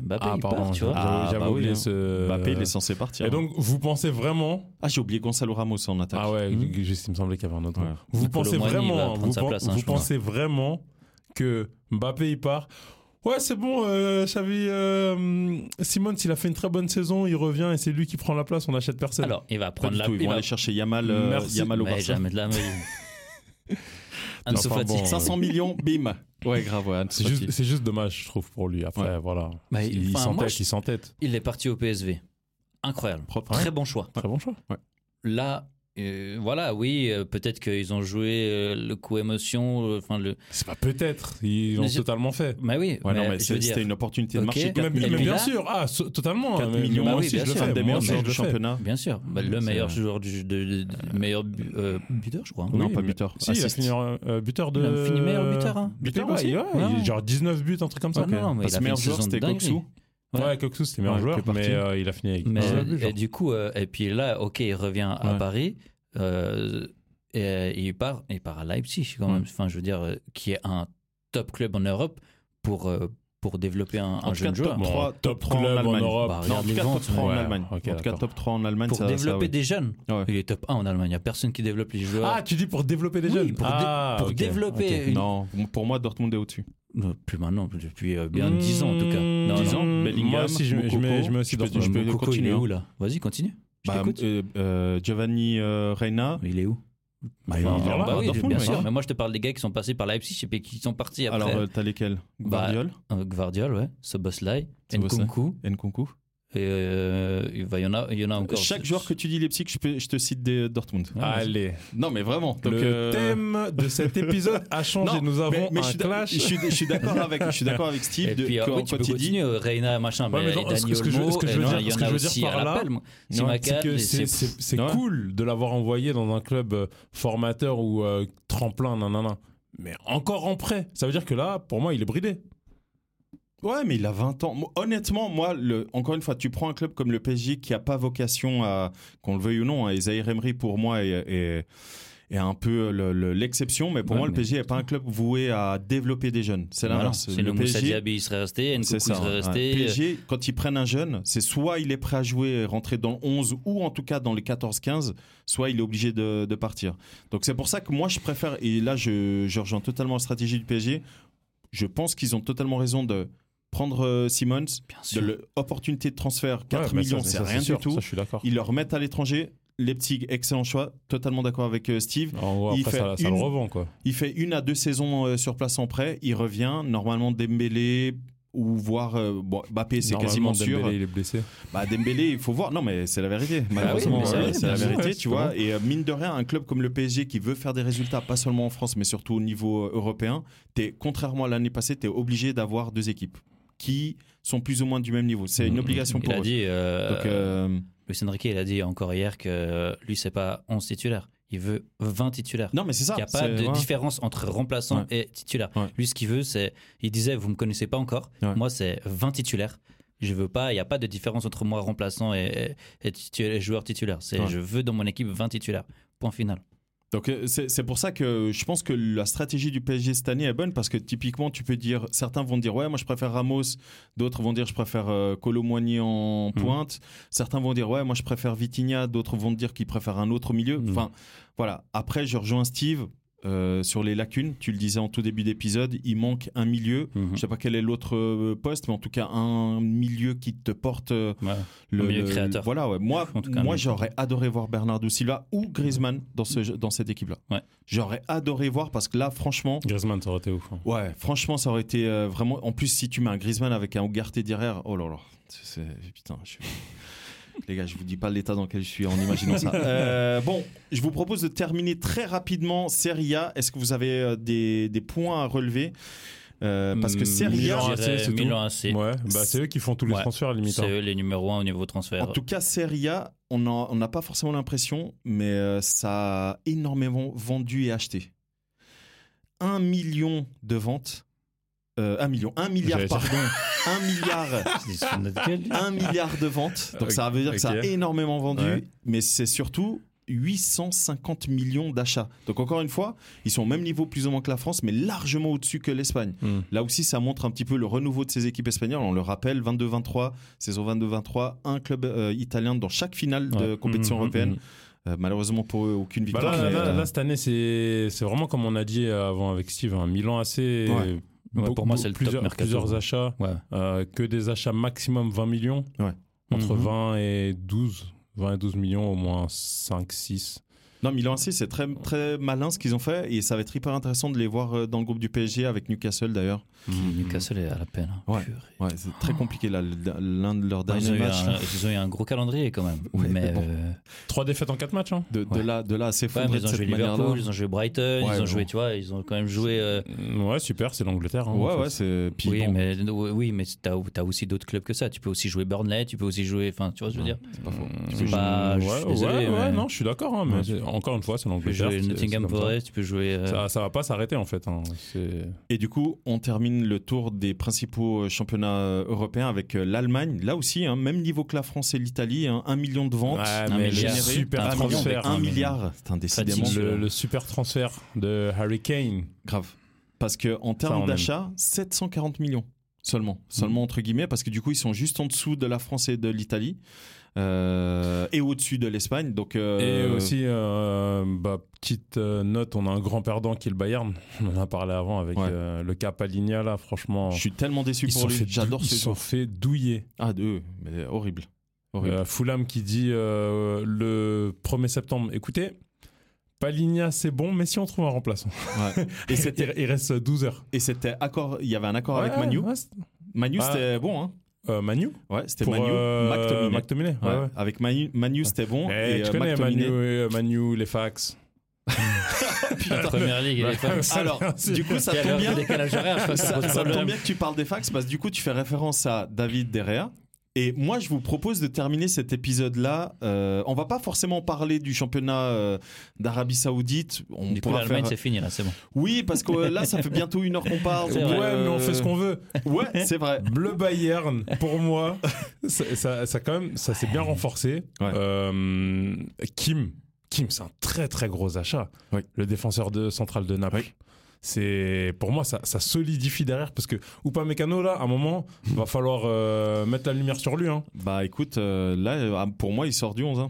Mbappé, Ah, il part, pardon, tu vois. Ah, j'avais- j'avais bah oui, oublié hein. ce. Mbappé, il est censé partir. Euh, Et hein. donc, vous pensez vraiment Ah, j'ai oublié Gonzalo Ramos en attaque. Ah ouais, Mhm. j- juste il me semblait qu'il y avait un autre. Ouais. nom. Vous Nicolò pensez Moigny va vraiment, prendre vous, sa pen- place, hein, vous je pense. pensez vraiment que Mbappé il part Ouais, c'est bon, euh, Xavi, euh, Simone, s'il a fait une très bonne saison, il revient et c'est lui qui prend la place, on n'achète personne. Alors, il va Pas prendre du la tout, ils il vont va- aller chercher Yamal, euh, Merci. Yamal au Mais Barça. jamais de la magie. Non, Ansu enfin, Fati. bon, euh, 500 millions, bim. Ouais, grave, ouais. c'est juste, c'est juste dommage, je trouve, pour lui. Après, voilà. Bah, il enfin, moi, s'entête, je- il s'entête. Il est parti au PSV. Incroyable. Propre. Très bon choix. Très bon choix. Là, euh, voilà, oui, euh, peut-être qu'ils ont joué euh, le coup émotion. euh, Enfin, le. C'est pas peut-être, ils l'ont Mais je- totalement fait. Mais oui, mais Ouais, non, mais je veux c'est- dire. c'était une opportunité de Ok. marché. Mais- Mais, 4 mais Et puis bien là- sûr, ah, so- totalement. 4 mais- millions, mais bah moi oui, aussi, bien je le sûr. fais. un des Moi meilleurs aussi, joueurs je du le fais. championnat. Bien sûr, Bah, le c'est- meilleur joueur du de- de- de- meilleur bu- euh, buteur, je crois. hein. Oui, Non, pas mais- buteur. Si, il a Assist. fini euh, buteur de. Il a fini meilleur buteur, hein. Ah, Buteur Buteur aussi. aussi Ouais, Ouais. il- Genre 19 buts, un truc comme ça. Ah non, non, mais Parce il a fait que meilleur une joueur, saison de c'était dinguerie. Koksou. Ouais, Ouais. Coxou, c'était le meilleur Ouais, joueur, qui est parti. mais euh, il a fini avec. Mais, 19 buts, genre. et du coup, euh, et puis là, ok, il revient à Ouais. Paris. euh, et, euh, il part, il part à Leipzig quand même. Enfin, je veux dire, euh, qui est un top club en Europe pour euh, pour développer un, En un tout cas, jeune joueur. top Bon, trois, top top trois en club en Allemagne. Europe. Bah, Non, en regarde tout les cas, top ventes, 3 en ouais. Allemagne. Ok, En tout cas, d'accord. top 3 en Allemagne, Pour ça- ça, développer oui. des jeunes. Ouais. Il est top 1 en Allemagne. Il n'y a personne qui développe les joueurs. Ah, tu dis pour développer des Oui, jeunes. pour dé- ah, pour ok, développer ok. une- Non, pour moi, Dortmund est au-dessus. Non, Euh, Plus maintenant, depuis euh, bien 10 ans en tout cas. Mmh, Non, 10 non. ans Bellingham, Moi aussi, je mets- je mets- je mets aussi Mokoko. Dortmund. je peux Mokoko, il continuer, est hein. où là Vas-y, continue. Je Bah, t'écoute. euh, euh, Giovanni euh, Reina. Il est où il est Enfin, encore là, bah à oui, Dortmund, bien mais- sûr. Mais moi, je te parle des gars qui sont passés par Leipzig et puis qui sont partis après. Alors, euh, t'as lesquels Bah, Guardiol, Euh, Gvardiol, ouais. Soboslai, Szoboszlai. Nkunku. Nkunku. Et euh, il va- il y en a, il y en a encore. Chaque joueur que tu dis Leipzig, je, peux- je te cite des euh, Dortmund. Ouais. Allez, Non, mais vraiment. Donc, le euh, thème de cet épisode a changé. Non, Nous avons mais, mais je un suis d'ac- clash. Je suis, je suis d'accord avec, je suis d'accord avec Steve. Et de- puis, euh, quand, oui, tu quand peux il dit, continuer, euh, Reina, machin, Ouais, mais, mais non, et ce que- ce que Dani je- Olmo, ce que je veux et dire- il y ce en que a je veux dire aussi par à là, l'appel. moi. Non, c'est Simakan, que et c'est- c'est- c'est c'est Ouais. cool de l'avoir envoyé dans un club euh, formateur ou euh, tremplin, nanana. Mais encore en prêt. Ça veut dire que là, pour moi, il est bridé. ouais, mais il a 20 ans. Moi, Honnêtement, moi, le, encore une fois, tu prends un club comme le PSG qui a pas vocation à, qu'on le veuille ou non, hein, et Zahir Emery pour moi est, est- est un peu le- le- l'exception, mais pour Ouais, moi, le mais- PSG est pas un club voué à développer des jeunes. C'est Voilà, l'inverse. c'est le Moussa Diaby, il serait resté, Nkunku, C'est il ça. serait ouais. resté. euh, PSG, quand ils prennent un jeune, c'est soit il est prêt à jouer, rentrer dans le 11 ou en tout cas dans les 14-15, soit il est obligé de, de partir. Donc c'est pour ça que moi je préfère, et là je, je rejoins totalement la stratégie du PSG, je pense qu'ils ont totalement raison de prendre euh, Simmons, Bien de sûr. le- opportunité de transfert, 4 Ouais, mais ça, millions, ça, c'est ça, rien sûr, du tout. Ça, je suis d'accord. Ils le remettent à l'étranger. Leipzig, excellent choix, totalement d'accord avec euh, Steve. En gros, Il après, fait ça, ça une- le revend, quoi. Il fait une à deux saisons euh, sur place en prêt. Il revient normalement Dembélé ou voir euh, bon, Mbappé, c'est Normalement, quasiment sûr. Dembélé, il est blessé. Bah Dembélé, il faut voir. Non, mais c'est la vérité. Ah Malheureusement, mais c'est euh, vrai, c'est bien la sûr, vérité, ouais, tu vois. Et euh, mine de rien, un club comme le PSG qui veut faire des résultats, pas seulement en France, mais surtout au niveau euh, européen, es, contrairement à l'année passée, tu es obligé d'avoir deux équipes qui sont plus ou moins du même niveau. C'est une obligation Mmh. Il pour a eux. dit, euh, Donc, euh, Luis Enrique, il a dit encore hier que euh, lui, c'est pas 11 titulaires. Il veut 20 titulaires. Non, mais c'est ça. Il n'y a pas c'est- de ouais. différence entre remplaçant et titulaire. Ouais. Lui, ce qu'il veut, c'est. Il disait, vous ne me connaissez pas encore. Ouais. Moi, c'est 20 titulaires. Je veux pas. Il n'y a pas de différence entre moi, remplaçant et, et titu- et joueur titulaire. C'est Ouais. je veux dans mon équipe 20 titulaires. Point final. Donc euh, c'est c'est pour ça que je pense que la stratégie du PSG cette année est bonne parce que typiquement tu peux dire certains vont dire ouais moi je préfère Ramos d'autres vont dire je préfère euh, Colomboigny en pointe certains vont dire ouais moi je préfère Vitinha d'autres vont dire qu'ils préfèrent un autre milieu Mhm. enfin voilà après je rejoins Steve euh, sur les lacunes tu le disais en tout début d'épisode il manque un milieu Mhm. je sais pas quel est l'autre euh, poste mais en tout cas un milieu qui te porte euh, Ouais. Le milieu créateur. voilà, ouais. Moi, En tout cas, moi le- j'aurais adoré voir Bernardo Silva ou Griezmann dans, ce, jeu- dans cette équipe-là. Ouais. J'aurais adoré voir parce que là, franchement, Griezmann, ça aurait été ouf. hein. ouais, franchement, ça aurait été euh, vraiment. En plus, si tu mets un Griezmann avec un Ougarté derrière, oh là là, c'est c'est- putain, je suis- Les gars, je vous dis pas l'état dans lequel je suis en imaginant ça. Euh, bon, je vous propose de terminer très rapidement Serie A. Est-ce que vous avez euh, des, des points à relever Euh, Parce Mm, que Hmm, Serie A, Milan, Je AC, dirais c'est tout. Milan AC. Ouais, bah c'est eux qui font tous les Ouais. transferts, limite. C'est hein. eux les numéros 1 au niveau transfert. En tout cas, Serie A, on en- on n'a pas forcément l'impression, mais euh, ça a énormément vendu et acheté. Un million de ventes. Euh, un million, un milliard, J'allais dire- pardon, un milliard, Ils se foutent de notre gueule. un milliard de ventes. Donc ça veut dire que ça a Ok. énormément vendu, Ouais. mais c'est surtout 850 millions d'achats. Donc encore une fois, ils sont au même niveau plus ou moins que la France, mais largement au-dessus que l'Espagne. Mm. Là aussi, ça montre un petit peu le renouveau de ces équipes espagnoles. On le rappelle, 22-23, saison 22-23, un club euh, italien dans chaque finale de compétition Mhm, européenne. mhm. Euh, malheureusement pour eux, aucune Bah victoire. là, là, mais, là, euh, là, cette année, c'est c'est vraiment comme on a dit avant avec Steve, un Milan assez. Ouais. Ouais, pour moi, beaucoup- c'est le top plusieurs, mercato. plusieurs achats, Ouais. euh, que des achats maximum 20 millions. Ouais. Entre Mhm. 20 et 12. 20 et 12 millions, au moins 5, 6. Non, Milan AC, c'est très, très malin ce qu'ils ont fait et ça va être hyper intéressant de les voir euh, dans le groupe du PSG avec Newcastle d'ailleurs. Newcastle est à la peine. hein. Ouais. Purée. Ouais, c'est très compliqué là, le- l'un de leurs Ils ont, derniers eu matchs. un, ils ont eu un gros calendrier quand même. Ouais, mais mais bon. euh, 3 défaites en 4 matchs. Hein. De, de Ouais. là, de là ouais, à mais s'effondrer Bah, ils de ont joué cette Liverpool, manière-là. ils ont joué Brighton, Ouais, ils ont bon. joué, tu vois, ils ont quand même joué. euh, Mm, Ouais, super, c'est l'Angleterre. hein, en Ouais, fait. ouais, c'est. euh, puis oui, bon, mais, oui, mais t'as as aussi d'autres clubs que ça. Tu peux aussi jouer Burnley, tu peux aussi jouer. Enfin, tu vois ce que je veux dire c'est pas faux. Tu C'est peux pas- mm, Bah, jouer- je ouais, suis désolé, ouais, mais- ouais, non, je suis d'accord, hein, mais c'est- encore une fois, c'est Tu peux l'Angleterre. jouer c'est- Nottingham c'est comme ça. Forest, tu peux jouer. euh, Ça, ça va pas s'arrêter en fait. hein, c'est- Et du coup, on termine le tour des principaux euh, championnats euh, européens avec euh, l'Allemagne. Là aussi, hein, même niveau que la France et l'Italie, hein, un million de ventes. Ouais, un mais milliard. le super Un un million, transfert, mais un hein, milliard. C'est indécidément Fatigue. le, le super transfert de Harry Kane. grave. Parce que en on termes aime. Mmh. d'achat, 740 millions seulement, seulement entre guillemets, parce que du coup, ils sont juste en dessous de la France et de l'Italie euh, et au-dessus de l'Espagne. Donc euh, Et aussi, euh, bah, petite euh, note, on a un grand perdant qui est le Bayern. On en a parlé avant avec Ouais. euh, le cas Palinia là, franchement. je suis tellement déçu Ils se pour sont, lui. fait, J'adore dou- ils ce se sont joueur. fait douiller. Ah, deux, mais horrible, horrible. Euh, Fulham qui dit euh, le 1er septembre, écoutez, Palinia c'est bon, mais si on trouve un remplaçant. Et il, c'était, il reste 12 heures. et c'était accord. Il y avait un accord avec Ouais, Manu. ouais, c'est- Manu, Ouais. c'était bon, hein. euh, Manu Ouais, c'était Pour, Manu, euh, McTominay. McTominay, ouais, Ouais, ouais. Avec Manu, Manu c'était bon. Eh, et tu euh, connais Manu, McTominay- euh, Manu, les fax. Première Ligue, les femmes. Alors, du coup, ça Quelle heure tombe de bien. décalage horaire, je crois que ça ça, pose ça problème. tombe bien que tu parles des fax parce que du coup tu fais référence à David Derrea. Et moi, je vous propose de terminer cet épisode-là. Euh, on va pas forcément parler du championnat euh, d'Arabie Saoudite. On Du coup, pourra l'Allemagne, faire. c'est fini là, c'est bon. Oui, parce que euh, là, ça fait bientôt une heure qu'on parle. C'est Ouais, donc, vrai. euh, mais on fait ce qu'on veut. Ouais, c'est vrai. Le Bayern, pour moi, ça, ça, ça quand même, ça s'est bien renforcé. Ouais. Euh, Kim, Kim, c'est un très très gros achat. Oui. Le défenseur de central de Naples. C'est pour moi ça, ça solidifie derrière parce que Upamecano là à un moment va falloir euh, mettre la lumière sur lui hein. Bah écoute, euh, là, euh, pour moi, il sort du 11. hein.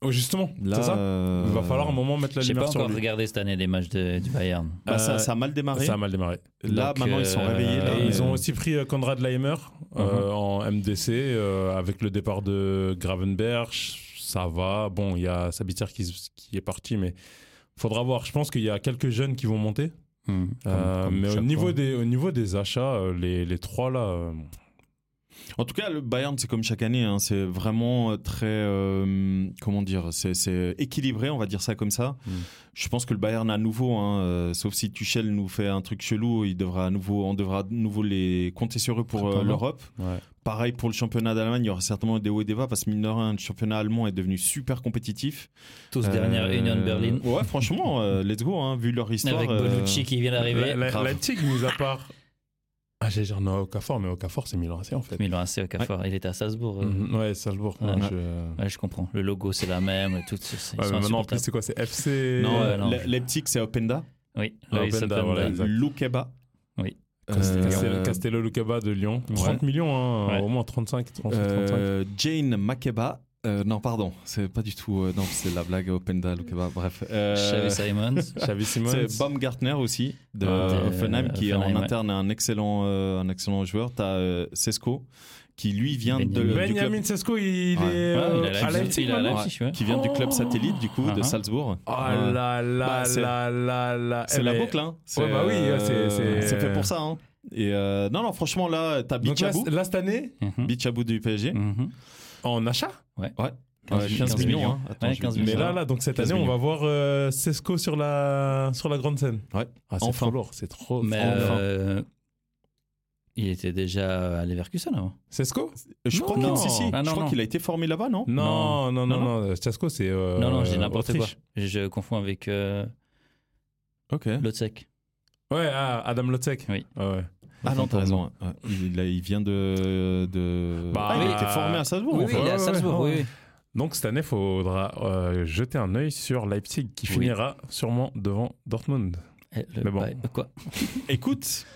Oh, justement Là, c'est ça euh, il va falloir à un moment mettre la J'ai lumière pas sur encore lui regardé cette année les matchs de- du Bayern. bah, ça, Euh, ça a mal démarré. ça a mal démarré Là, Donc, maintenant, ils euh, sont réveillés. Là, Et Euh, ils Uh-huh. ont aussi pris euh, Konrad Leimer euh, en MDC euh, avec le départ de Gravenberg. Ça va. Bon, il y a Sabitzer qui, s- qui est parti, mais faudra voir. Je pense qu'il y a quelques jeunes qui vont monter. Hmm. Euh, comme mais au chaque niveau, fois. des, au niveau des achats, euh, les, les trois là, euh, En tout cas, le Bayern, c'est comme chaque année, hein, c'est vraiment très, euh, comment dire, c'est- c'est équilibré, on va dire ça comme ça. Mm. Je pense que le Bayern à nouveau, hein, euh, sauf si Tuchel nous fait un truc chelou, il devra à nouveau, on devra à nouveau les compter sur eux pour euh, Apparemment. l'Europe. Ouais. Pareil pour le championnat d'Allemagne, il y aura certainement des hauts et des bas parce que mine de rien, le championnat allemand est devenu super compétitif. Tous dernière Euh, Union Berlin. Ouais, franchement, euh, let's go, hein, vu leur histoire. Avec euh, Bonucci qui vient d'arriver. La, la, grave. la Tig, mis à part. Ah, j'ai dit, non, Okafor, mais Okafor, c'est Milan AC en fait. Mais il a assez au cafard. Il était à Salzbourg. euh. Mhm, Ouais, Salzbourg. Ouais. ouais, je- Ouais, je comprends. Le logo, c'est la même. Tout, c'est, c'est- ils Ouais, sont Ah, mais maintenant, en plus, insupportables. c'est quoi C'est FC Non, Ouais, euh, non. Le- Leipzig, c'est Openda. Oui, Ah, oui, Openda, Southampton. voilà, exact. Loukeba. Oui. Castel- Euh, Castello Lucaba de Lyon. 30 millions, hein, Ouais. au moins 35. 30, 35. Euh, Jane Makeba. Euh, non, pardon, c'est pas du tout. euh, non, c'est la blague Openda, Loukeba. Bref. Euh, Xavi Simons. Xavi Simons. c'est Baumgartner aussi de Ah, de Offenheim qui est en Hoffenheim, ouais. interne un excellent euh, un excellent joueur. T'as euh, Sesco qui lui vient de, Benjamin. du club Euh, Benjamin Sesko, il Ouais. est euh, Ouais, il est à à Leipzig, Leipzig. il est à maintenant Leipzig, ouais. qui vient du club Oh. satellite du coup de Ah, ah. Salzbourg. Oh Ouais. là Bah, là c'est- là là là. C'est Eh la ben, boucle hein. C'est, bah oui, euh, c'est- c'est- c'est fait pour ça hein. Et euh, non non franchement là t'as Donc là, Bichabou là, cette année, Mhm. Bichabou du PSG. Mhm. en achat Ouais, 15, millions, hein. Attends, Ouais, je- 15 Mais millions. là, là, donc cette 15 année, on millions. va voir euh, Sesko sur la, sur la grande scène. Ouais. Ah, c'est Enfin. trop lourd, c'est trop. Mais enfin. euh, il était déjà à Leverkusen avant. Sesko Je crois qu'il Non. si, si. Ah, je non, crois non. qu'il a été formé là-bas, non non non, non, Non, non, Sesko, c'est. euh, non, non, j'ai n'importe quoi. Autriche. Je confonds avec euh, Ok. Lotzek. Ouais, ah, Adam Lotzek. Oui. Ah ouais. Ah non, t'as raison. ouais. Il, a- il vient de. de... Bah, Ah, il oui. a été formé à Salzbourg. Oui, en oui, fait. il est ouais, à ouais, Salzbourg. ouais. oui, oui. Donc cette année, il faudra euh, jeter un œil sur Leipzig qui Oui. finira sûrement devant Dortmund. Eh, le- Mais bon. bah, Quoi Écoute,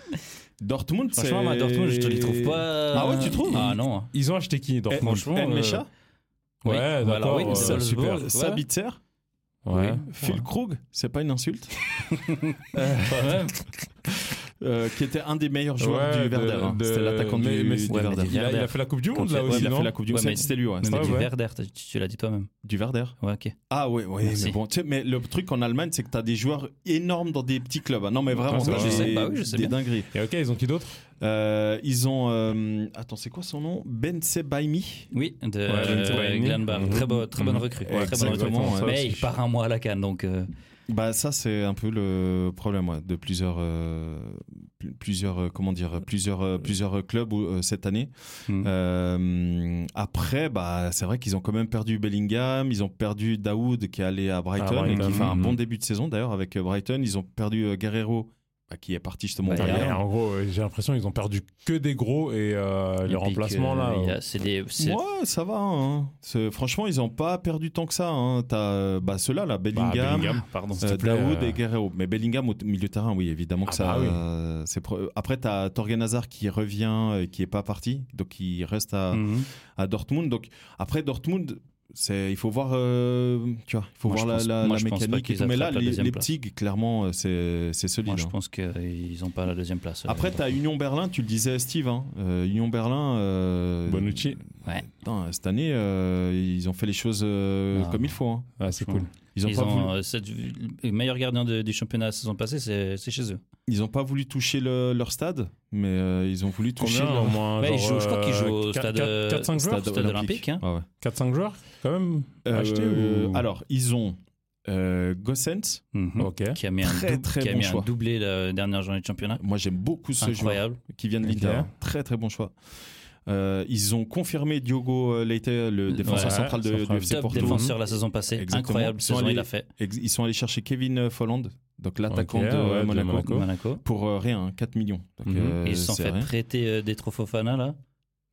Dortmund, c'est. Franchement, moi, Dortmund, je te les trouve pas. Ah ouais, tu trouves Ah non. Ils ont acheté qui Eh, Dortmund franchement. Mecha, Oui, Ouais, voilà, d'accord. oui, euh, Salzbourg. super. ouais. Sabitzer, Ouais. Phil Krug, c'est pas une insulte Quand même. Euh, Qui était un des meilleurs joueurs Ouais, du de- Werder. hein. de- C'était l'attaquant du, mais- mais du c'était- ouais, mais Werder. du Il a, il a Werder. fait la Coupe du Quand Monde il- là ouais, aussi, il a non fait la Coupe du Monde. Ouais, mais- C'était lui, ouais. Mais c'était du ouais. Werder, t'as- tu, tu l'as dit toi-même. Du Werder. Ouais, ok. Ah oui, oui, Merci. mais bon, tu sais, mais le truc en Allemagne, c'est que t'as des joueurs énormes dans des petits clubs. hein. Non, mais vraiment, Ouais, t'as je des, sais, bah oui, je sais des bien. dingueries. Et ok, ils ont qui d'autre Euh, ils ont. euh, attends, c'est quoi son nom Ben Sebaimi Oui, de Glenn euh, Sebaini. Gladbach. Mhm. Très, beau- très bonne Mhm. recrue. Ouais, très bonne recrue. exactement, ça Mais aussi. il part un mois à la canne, donc. euh, Bah ça c'est un peu le problème ouais, de plusieurs euh, pl- plusieurs euh, comment dire plusieurs euh, plusieurs euh, clubs où, euh, cette année. Mm. Euh, après bah c'est vrai qu'ils ont quand même perdu Bellingham, ils ont perdu Daoud qui est allé à Brighton, Ah, Brighton, et qui fait un mm. bon début de saison d'ailleurs avec euh, Brighton, ils ont perdu euh, Guerrero bah, qui est parti justement au Bah, Ouais, Bayern. En gros, euh, j'ai l'impression qu'ils ont perdu que des gros et euh, et les puis remplacements que, là. il y euh, a- C'est des. c'est- Ouais, ça va. hein. C'est- Franchement, ils n'ont pas perdu tant que ça. Hein. T'as euh, bah, ceux-là, là, bah, Bellingham, pardon. s'il Euh, te plaît, Daoud euh, et Guerrero. Mais Bellingham au t- milieu de terrain, oui, évidemment que Ah ça. bah oui. euh, c'est pro- Après, tu as Torgan Hazard qui revient, euh, qui est pas parti, donc il reste à, Mhm. à Dortmund. Donc après Dortmund, c'est il faut voir, euh, tu vois, il faut Moi, voir je la, pense- la- moi, la je pense pas mécanique. et qu'ils tout. Mais là, attrapent la les, deuxième les place. petits, clairement, euh, c'est c'est solide. Moi, je hein. pense euh, qu'ils n'ont pas la deuxième place. Après, tu as Union Berlin, tu le disais, Steve. hein. Euh, Union Berlin. euh, Bonucci. Ouais. putain, cette année, euh, ils ont fait les choses euh, Ah. comme il faut. hein. Ah, c'est cool. Ils ont Ils pas voulu- ont, euh, cette- le meilleur gardien de- du championnat la saison passée, c'est c'est chez eux. Ils n'ont pas voulu toucher le- leur stade, mais euh, ils ont voulu toucher Combien hein, leur au moins Ouais, ils jouent- je crois qu'ils jouent au stade, euh, 4-5 joueurs stade olympique, hein. Ah ouais. 4-5 joueurs quand même Euh, Acheté ou- Alors, ils ont euh, Gossens. Hmm. Ok. Qui a mis, un, Très, dou- très qui a bon mis un choix. doublé la dernière journée de championnat. Moi, j'aime beaucoup ce joueur Incroyable. qui vient de Ok. l'Inter. Très, très bon choix. Euh, ils ont confirmé Diogo euh, Leite, le défenseur Ouais, central de, central. du FC Top Porto. défenseur la saison passée. Exactement. Incroyable Ils sont saison allés- il a fait. Ex- Ils sont allés chercher Kevin Folland, donc l'attaquant Ok, de, euh, ouais, de Monaco, Monaco. Monaco. pour euh, rien, hein, 4 millions. Donc, Mhm. euh, Et ils se sont c'est fait rien. prêter euh, des trophées Fofana là.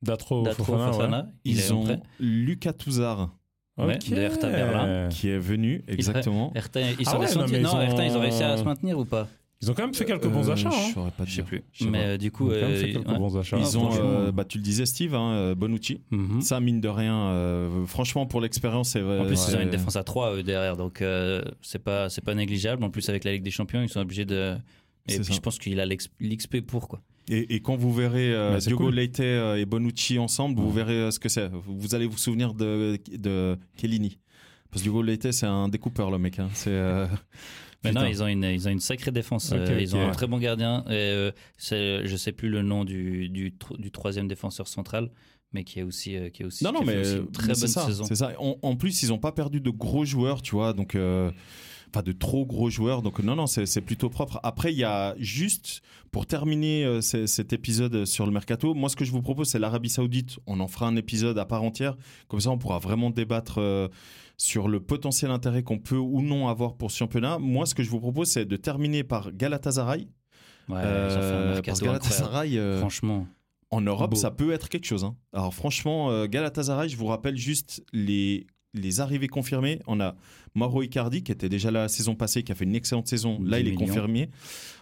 Datro Datro Fofana. ouais. Fofana. Il est Ils en ont prêt. Lucas Touzard Ouais, Ok. de Hertha Berlin. qui est venu, exactement. Hertha, ils Ah sont ouais, descendus. non, mais ils Non, ont- Hertha, ils ont réussi à se maintenir ou pas Ils ont quand même fait quelques bons Euh, achats. hein. Je saurais pas te Je sais dire. plus. sais Mais pas. euh, du coup, Ils ont quand même euh, fait quelques ouais. bons achats. Ils ont, franchement. euh, bah, tu le disais, Steve, hein, euh, Bonucci. Mhm. Ça, mine de rien, euh, franchement, pour l'expérience, c'est En plus, c'est- ils ont une défense à 3 eux, derrière, donc euh, c'est pas c'est pas négligeable. En plus, avec la Ligue des Champions, ils sont obligés de. Et C'est puis, ça. je pense qu'il a l'ex- l'XP pour quoi. Et, et quand vous verrez Bah, euh, Mais c'est Diogo cool. Leite euh, et Bonucci ensemble, vous verrez euh, ce que c'est. Vous vous allez vous souvenir de, de Kellini. Parce que Hugo Leite, c'est un découpeur, le mec. hein. C'est. euh, Mais non, putain. ils ont une, ils ont une sacrée défense. Ok, euh, ils ok. ont un très bon gardien. Et, euh, c'est- je sais plus le nom du, du, tro- du troisième défenseur central, mais qui est aussi, euh, qui est aussi, Non, non, qui a fait mais aussi une mais très c'est bonne ça, saison. C'est ça. En, en plus, ils n'ont pas perdu de gros joueurs, tu vois. Donc, euh, enfin, de trop gros joueurs. Donc, non, non, c'est c'est plutôt propre. Après, il y a juste pour terminer euh, c- cet épisode sur le mercato. Moi, ce que je vous propose, c'est l'Arabie Saoudite. On en fera un épisode à part entière. Comme ça, on pourra vraiment débattre. euh, sur le potentiel intérêt qu'on peut ou non avoir pour ce championnat, moi ce que je vous propose c'est de terminer par Ouais, Galatasaray. ils ont fait un Euh, mercato parce que incroyable. Galatasaray, euh, Franchement, en Europe, Beau. ça peut être quelque chose. hein. Alors franchement, euh, Galatasaray, je vous rappelle juste les, les arrivées confirmées. On a Mauro Icardi qui était déjà là la saison passée, qui a fait une excellente saison. Là, 10 il est millions. confirmé.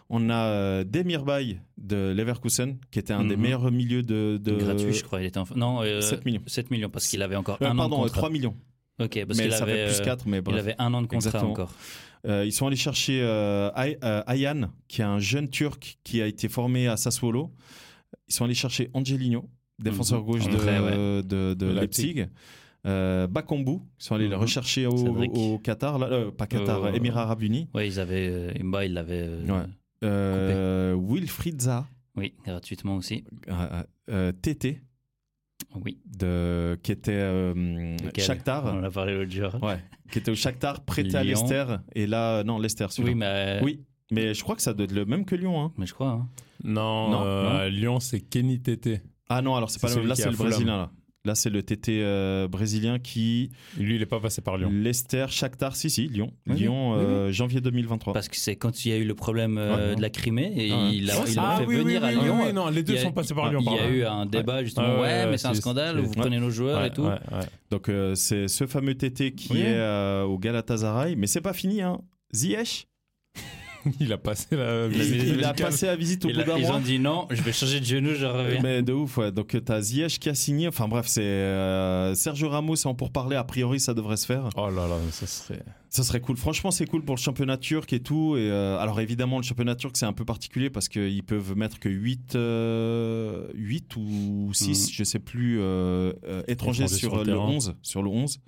On a euh, Demir Bay de Leverkusen, qui était un des Mhm. meilleurs milieux de... de- gratuit, je crois. Il était en- Non, euh, 7 millions. 7 millions, parce qu'il avait encore Euh, un an pardon, de euh, contrat. 3 millions. Ok, parce mais qu'il ça avait, fait plus euh, 4, mais il bref. avait un an de contrat Exactement. encore. Euh, ils sont allés chercher euh, Ay- euh, Ayhan, qui est un jeune Turc qui a été formé à Sassuolo. Ils sont allés chercher Angelino, défenseur Mhm. gauche de, André, ouais. de, de Leipzig. Leipzig. Euh, Bakambu, ils sont allés le Mhm. rechercher au, Cédric. au Qatar, là, euh, pas Qatar, Euh, Émirats Arabes Unis. Ouais, ils avaient. euh, Imba, il l'avait. euh, Ouais. Euh, Wilfried Zaha, Oui, gratuitement aussi. euh, euh, Tété, Oui. de, qui était euh, Lequel On Shakhtar, en a parlé l'autre jour. ouais, qui était au Shakhtar, prêté à Lyon. Leicester, et là, non, Leicester, celui-là. Oui, mais. euh, Oui, mais je crois que ça doit être le même que Lyon. hein. Mais je crois. hein. Non, Non, euh, non. à Lyon, c'est Kenny Tété. Ah non, alors c'est C'est pas le, celui là qui est c'est à le Fulham. brésilien là. Là c'est le TT euh, brésilien qui Lui, il n'est pas passé par Ah, Lyon. Leicester Shakhtar si si Lyon Oui, Lyon oui, oui. euh, janvier 2023. Parce que c'est quand il y a eu le problème euh, Ouais. de la Crimée, et Ouais. il a, il a ah, fait oui, oui, venir oui, à oui, Lyon. euh, oui, non, les Il deux y a- sont passés par il Lyon. y a pardon. eu un débat justement, Ouais, ouais, ouais, mais c'est un c'est- scandale, c'est- vous prenez nos joueurs Ouais, et tout. ouais, ouais. Donc euh, c'est ce fameux TT qui Oui. est euh, au Galatasaray mais c'est pas fini hein. Ziyech Il a passé la il, il visite a médicale. passé la visite au Et bout là, d'un ils mois. ont dit non, je vais changer de genou, je reviens. Mais de ouf, ouais. Donc, euh, t'as Ziyech qui a signé. Enfin, bref, c'est euh, Sergio Ramos en pourparlers. A priori, ça devrait se faire. Oh là là, mais ça serait. Ça serait cool. Franchement, c'est cool pour le championnat turc et tout. Et euh, alors, évidemment, le championnat turc, c'est un peu particulier parce qu'ils peuvent mettre que 8, ou 6, Mhm. je sais plus, euh, euh, étrangers Mm. Étrangers sur, sur le le terrain. 11. Sur le 11.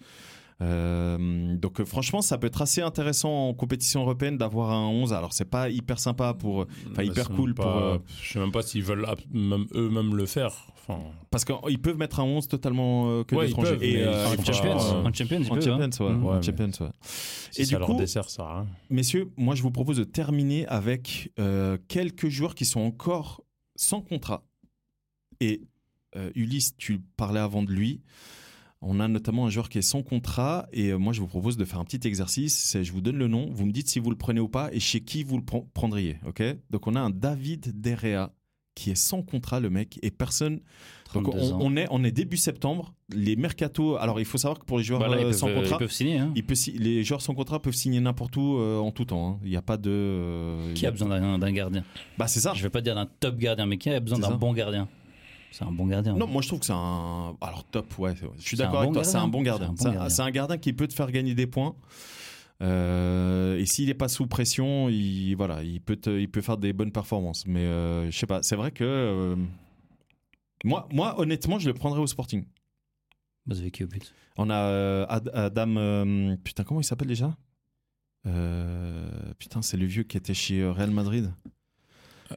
Euh, donc euh, franchement ça peut être assez intéressant en compétition européenne d'avoir un 11 alors c'est pas hyper sympa pour Enfin, hyper Ils sont cool pas- pour, euh, Je sais même pas s'ils veulent ab- même eux-mêmes le faire. Enfin, parce qu'ils peuvent mettre un 11 totalement euh, que Ouais, ils d'étrangers peuvent, et mais euh, et ils sont en, pas- franchement, champions, euh, en Champions, il en peut, hein. Champions ouais, Mhm. en Ouais, mais- Champions, ouais. si Et ça du leur coup- dessert, ça. hein. Messieurs, moi je vous propose de terminer avec euh, quelques joueurs qui sont encore sans contrat. Et euh, Ulysse, tu parlais avant de lui. On a notamment un joueur qui est sans contrat et euh, moi je vous propose de faire un petit exercice. C'est je vous donne le nom, vous me dites si vous le prenez ou pas et chez qui vous le pren- prendriez. Ok Donc on a un David Derrea qui est sans contrat le mec et personne. Donc 32 on, ans. on est on est début septembre. Les mercato. Alors il faut savoir que pour les joueurs Voilà, ils, euh, peuvent, sans contrat, ils peuvent signer. hein. il peut si- les joueurs sans contrat peuvent signer n'importe où euh, en tout temps. hein. Il n'y a pas de. euh, Qui a besoin d'un d'un gardien Bah c'est ça. Je vais pas dire d'un top gardien, mais qui a besoin C'est ça. d'un bon gardien C'est un bon gardien. Non, moi je trouve que c'est un. Alors top, ouais. c'est- Je suis C'est un d'accord bon avec toi. C'est gardien. un bon C'est un gardien. bon C'est un, gardien. c'est un gardien qui peut te faire gagner des points. Euh, et s'il n'est pas sous pression, il voilà, il peut te- il peut faire des bonnes performances. Mais euh, je sais pas. C'est vrai que. euh, moi, moi, honnêtement, je le prendrais au Sporting. Vous avez qui au but On a euh, Ad- Adam. euh, putain, comment il s'appelle déjà Euh, Putain, c'est le vieux qui était chez euh, Real Madrid.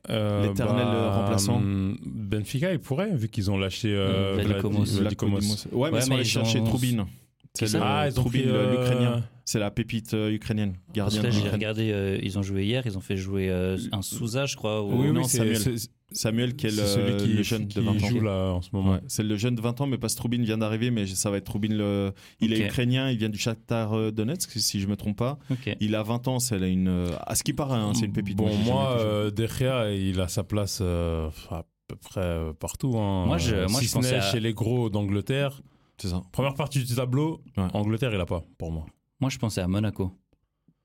Euh, L'éternel, euh, remplaçant. hum, Benfica, ils pourraient, vu qu'ils ont lâché euh, Hum, Vladikomos. Vladi- Vladikomos. Vladikomos. Ouais, mais Ouais, ils sont mais allés ils chercher ont- Troubine. Qui C'est ça le Ah, ils ont Troubine, pris euh, l'Ukrainien. C'est la pépite euh, ukrainienne, Parce gardien que là, de j'ai l'Ukraine. regardé, euh, ils ont joué hier, ils ont fait jouer euh, un Souza, je crois. ou- Oui, Oh, Non, oui, c'est Samuel. c'est- c'est Samuel, qui est le, celui qui, le jeune qui de 20 ans. joue là en ce moment. Ouais, c'est le jeune de 20 ans, mais parce que Troubine vient d'arriver, mais ça va être Troubine. Le... Il est Ok. ukrainien, il vient du Shakhtar euh, Donetsk, si je me trompe pas. Ok. Il a 20 ans, c'est là une. euh, À ce qui paraît, hein, c'est une pépite. Bon, j'ai moi, jamais été joué. euh, De Gea, il a sa place euh, à peu près euh, partout. hein. Moi, je- Euh, moi, si je ce n'est pensais à- chez les gros d'Angleterre. c'est ça. Première partie du tableau, Ouais. Angleterre, il a pas pour moi. Moi, je pensais à Monaco.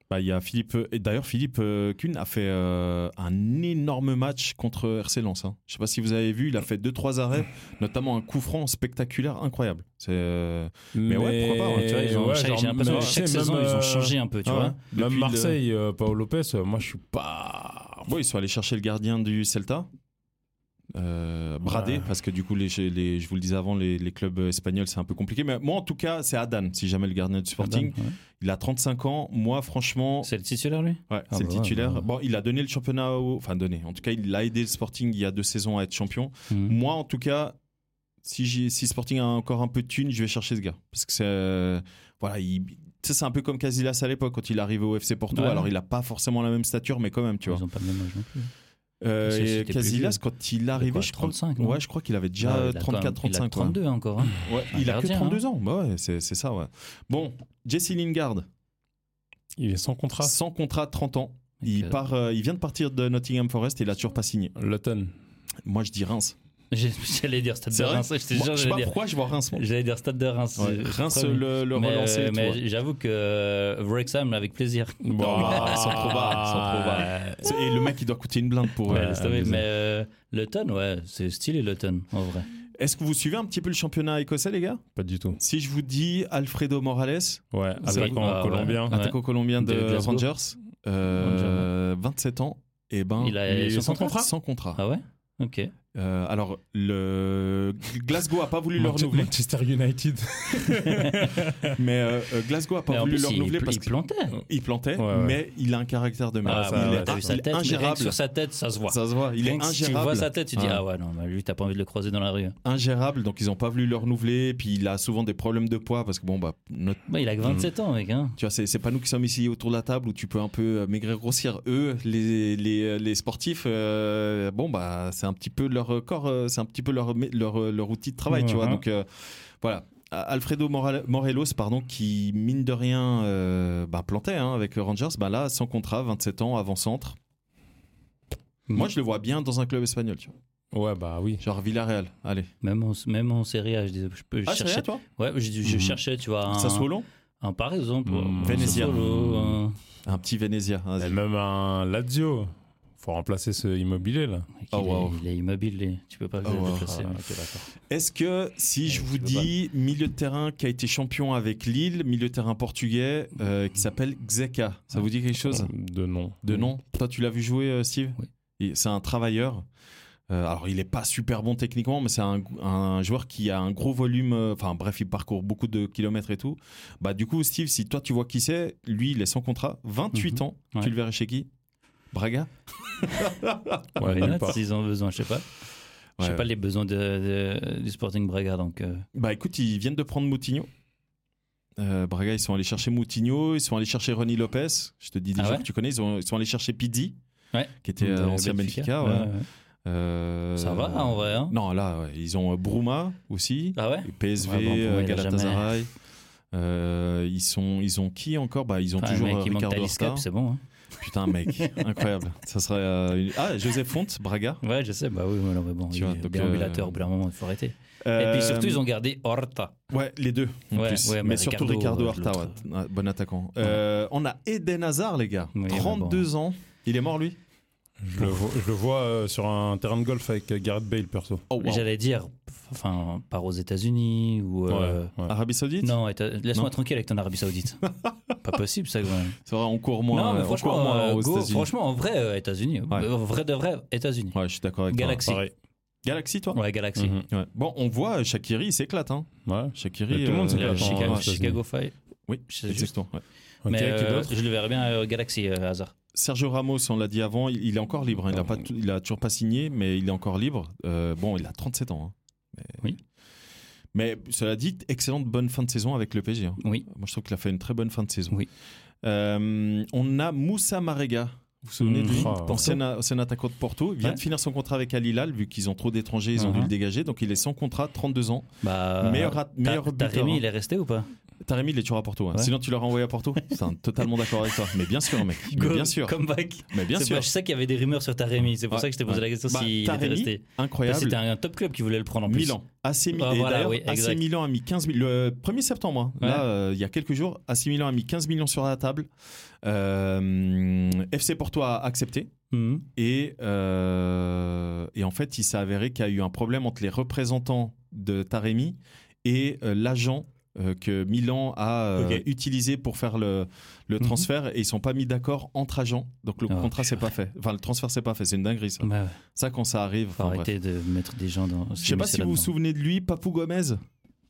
Bah, il y a Philippe. Et d'ailleurs, Philippe euh, Kuhn a fait euh, un énorme match contre RC Lens. hein. Je sais pas si vous avez vu, il a fait deux trois arrêts, notamment un coup franc spectaculaire, incroyable. C'est euh, Mais ouais, pourquoi pas, hein, Tu vois, ils ont- ouais, chaque- genre, j'ai l'impression mais que tu chaque sais, saison, même, ils ont euh, changé un peu, tu ah ouais. vois. Même Depuis le- Marseille, euh, Paolo Lopez, euh, moi je suis pas. Bon, ils sont allés chercher le gardien du Celta. euh, bradé Ouais. parce que du coup les, les- je vous le disais avant les, les clubs espagnols c'est un peu compliqué mais moi en tout cas c'est Adan si jamais le gardien du Sporting Ouais. il a 35 ans moi franchement C'est le titulaire, lui Ouais, Ah bah c'est le ouais, titulaire. ouais. Bon, il a donné le championnat au... Enfin, donné. En tout cas, il a aidé le Sporting il y a deux saisons à être champion. Mhm. Moi, en tout cas, si, j'ai- si Sporting a encore un peu de thunes, je vais chercher ce gars. Parce que c'est. euh, Voilà, il. tu sais, c'est un peu comme Casillas à l'époque quand il est arrivé au FC Porto. Ouais. Alors il n'a pas forcément la même stature, mais quand même, tu vois. Ils ont pas le même âge non plus. Euh, Si, si, et t'es plus Casillas, vieux. quand il est arrivé, quoi, je crois. 35, non ouais, je crois qu'il avait déjà Ah, il a 34-35 il a 32 encore. hein. Ouais, Un il a que gardien, 32 ans. Bah ouais, c'est c'est ça, ouais. Bon, Jesse Lingard, Il est sans Ah. contrat. sans contrat, 30 ans. Donc, Il, euh, part, euh, il vient de partir de Nottingham Forest et il a toujours pas signé. Lutton. Moi, je dis Reims. j'ai- J'allais dire Stade C'est de vrai Reims, je te Moi, jure, je sais j'allais pas dire. pourquoi je vois Reims. moi. J'allais dire Stade de Reims. Ouais, je- Reims je crois, le, le mais, relancer. et euh, tout, ouais. mais j'avoue que euh, Wrexham avec plaisir. Bah, sans trop bas, sans trop bas. Ouais. ah. C'est- Et le mec, il doit coûter une blinde pour. Ouais, euh, laisse tomber, amuser. mais euh, le ton, ouais, c'est stylé le ton, en vrai. Est-ce que vous suivez un petit peu le championnat écossais, les gars Pas du tout. Si je vous dis Alfredo Morales, Ouais, C'est avec vrai. en Ah, colombien. ouais. attaquant colombien de, De Glasgow. Rangers, euh, 27 ans, et ben. Il a il est son sans contrat Sans contrat. Ah ouais Ok. Euh, alors, le... Glasgow a pas voulu le Manche- renouveler, Manchester United. mais euh, euh, Glasgow a Mais pas en voulu plus, le il, renouveler il parce qu'il plantait. plantait, Ouais, ouais. mais il a un caractère de merde. Ah, ça, il ouais. est- T'as vu il sa est tête mais rien que ingérable. Sur sa tête, ça se voit. Ça se voit, il Rien est que Si tu vois ingérable. sa tête, tu dis Ouais. ah ouais non, bah, lui t'as pas envie de le croiser dans la rue. Ingérable, donc ils n'ont pas voulu le renouveler. Puis il a souvent des problèmes de poids parce que bon, bah, notre- Bah, il a que 27 ans mec hein. tu vois, c'est c'est pas nous qui sommes ici autour de la table où tu peux un peu euh, maigrir, grossir. Eux, les, les, les sportifs, euh, bon, bah, c'est un petit peu leur corps, euh, c'est un petit peu leur, leur, euh, leur outil de travail, tu vois. Mhm. Donc euh, voilà. Alfredo Moral- Morelos, pardon, qui mine de rien euh, bah, plantait hein, avec le Rangers, bah là, sans contrat, 27 ans, avant-centre. Moi, je le vois bien dans un club espagnol, tu vois. Ouais, bah oui. Genre Villarreal, allez. Même en même en série A, je, dis- je peux je Ah, Mm. c'est cherchais. vrai, toi Ouais, je, je Mhm. cherchais tu vois un, Sassuolo un par exemple, Mm. Mhm. un Venezia. Sassuolo, Mm. un- Un petit Venezia. hein, Et même un Lazio. Faut remplacer ce immobilier là. mec, il, Oh, est- wow. il est immobile, il est- tu peux pas le Oh, wow. déplacer. Ah, mec. ok, d'accord. Est-ce que si Ouais, je tu vous peux dis milieu de terrain qui a été champion avec Lille, milieu de terrain portugais euh, qui s'appelle Xheka, ça vous dit quelque chose De nom. de nom Toi, tu l'as vu jouer, euh, Steve Oui. Il- C'est un travailleur. Euh, alors, il n'est pas super bon techniquement, mais c'est un, un joueur qui a un gros volume. euh, Enfin, bref, il parcourt beaucoup de kilomètres et tout. Bah, du coup, Steve, si toi tu vois qui c'est, lui, il est sans contrat, 28 ans. Mhm. Ouais. Tu le verrais chez qui Braga Ouais, Les nulle notes, part. s'ils ont besoin, je sais pas. Je sais Ouais. pas les besoins de, de- du Sporting Braga donc. euh, Bah écoute, ils viennent de prendre Moutinho. Euh, Braga, ils sont allés chercher Moutinho, ils sont allés chercher Ronny Lopez. Je te dis des Ah gens ouais que tu connais. Ils, ont- ils sont allés chercher Pizzi, Ouais. qui était de euh, ancien Benfica. ouais. Ouais, ouais. Euh, Ça va en vrai. hein. Non, là, ouais, ils ont euh, Bruma aussi, Ah ouais. et PSV, Ouais, bon, Bruma, euh, il a Galatasaray. Euh, ils, sont, ils ont qui encore bah, Ils ont Enfin, toujours mec, euh, il manque Ricardo Talisca, Horta. puis c'est bon. hein. Putain, mec, incroyable. Ça serait, euh, une- Ah, Joseph Fonte, Braga. Ouais, je sais, bah oui, mais non, mais bon, Tu il vois, est donc, déambulateur, euh, au bout d'un moment, il faut arrêter. Et puis surtout, ils ont gardé Horta. Ouais, les deux. en Ouais, plus. ouais, mais, mais surtout Ricardo, Ricardo euh, Horta, ouais, ouais, ouais, bon attaquant. Euh, on a Eden Hazard, les gars. Oui, bah 32 ans. Il est mort, lui Je le vois, je le vois, euh, sur un terrain de golf avec euh, Gareth Bale perso. Oh, wow. J'allais dire, enfin, part aux États-Unis ou. euh, Ouais, ouais. Arabie Saoudite Non, Éta- laisse-moi Non. tranquille avec ton Arabie Saoudite. pas possible, ça, quand même. C'est vrai, on court moins, non, mais on franchement, court moins euh, aux go, États-Unis. franchement, en vrai, euh, États-Unis. Ouais. Euh, Vrai de vrai, États-Unis. Ouais, je suis d'accord avec toi. Galaxy. Pareil. Galaxy, toi Ouais, Galaxy. Mhm. Ouais. Bon, on voit euh, Shakiri, il s'éclate. Hein. euh, Ouais. Shakiri, Mais tout le monde C'est s'éclate le Attends, Chicago, ouais, Chicago Fire. Oui, je sais juste. exactement. ouais. Ok, Mais qui euh, d'autre je le verrais bien euh, Galaxy, euh, hasard. Sergio Ramos, on l'a dit avant, il, il est encore libre. hein. Il n'a Ouais. pas tout- il a toujours pas signé, mais il est encore libre. Euh, bon, il a 37 ans. hein. Mais... Oui. Mais cela dit, excellente bonne fin de saison avec le PSG. hein. Oui. Moi, je trouve qu'il a fait une très bonne fin de saison. Oui. Euh, on a Moussa Marega. Vous vous souvenez de lui Mmh. Ah, ouais. ancien, ancien attaquant de Porto. Il vient de finir son contrat avec Al Hilal, vu qu'ils ont trop d'étrangers, ils ont dû Mhm. le dégager. Donc, il est sans contrat, 32 ans. Bah, meilleur at- meilleur Ta- buteur. Taremi, hein. il est resté ou pas Taremi, il est toujours à Porto. hein. Ouais. Sinon, tu l'aurais envoyé à Porto. C'est un- totalement d'accord avec toi. Mais bien sûr, mec. Mais Go- bien sûr. Comeback. Mais bien C'est sûr. pas- je sais qu'il y avait des rumeurs sur Taremi, c'est pour Ouais, ça que je t'ai posé ouais. la question Bah, s'il était Taremi, resté. Parce que Incroyable. Bah, C'était un top club qui voulait le prendre en plus. Milan. AC Mi- Ah, et voilà, d'ailleurs, oui, AC exact. Milan a mis 15 000 Le 1er septembre, hein. Ouais. là, euh, il y a quelques jours, AC Milan a mis 15 millions sur la table. Euh, FC Porto a accepté. Mhm. Et, euh, et en fait, il s'est avéré qu'il y a eu un problème entre les représentants de Taremi et euh, l'agent euh, que Milan a euh, Ok. utilisé pour faire le, le Mhm. transfert et ils sont pas mis d'accord entre agents. Donc le Ah, contrat c'est pas fait. Enfin le transfert c'est pas fait. C'est une dinguerie ça. Bah, ouais. Ça quand ça arrive. Faut enfin, bref. arrêter de mettre des gens dans. Je sais pas si vous vous souvenez de lui, Papou Gomez,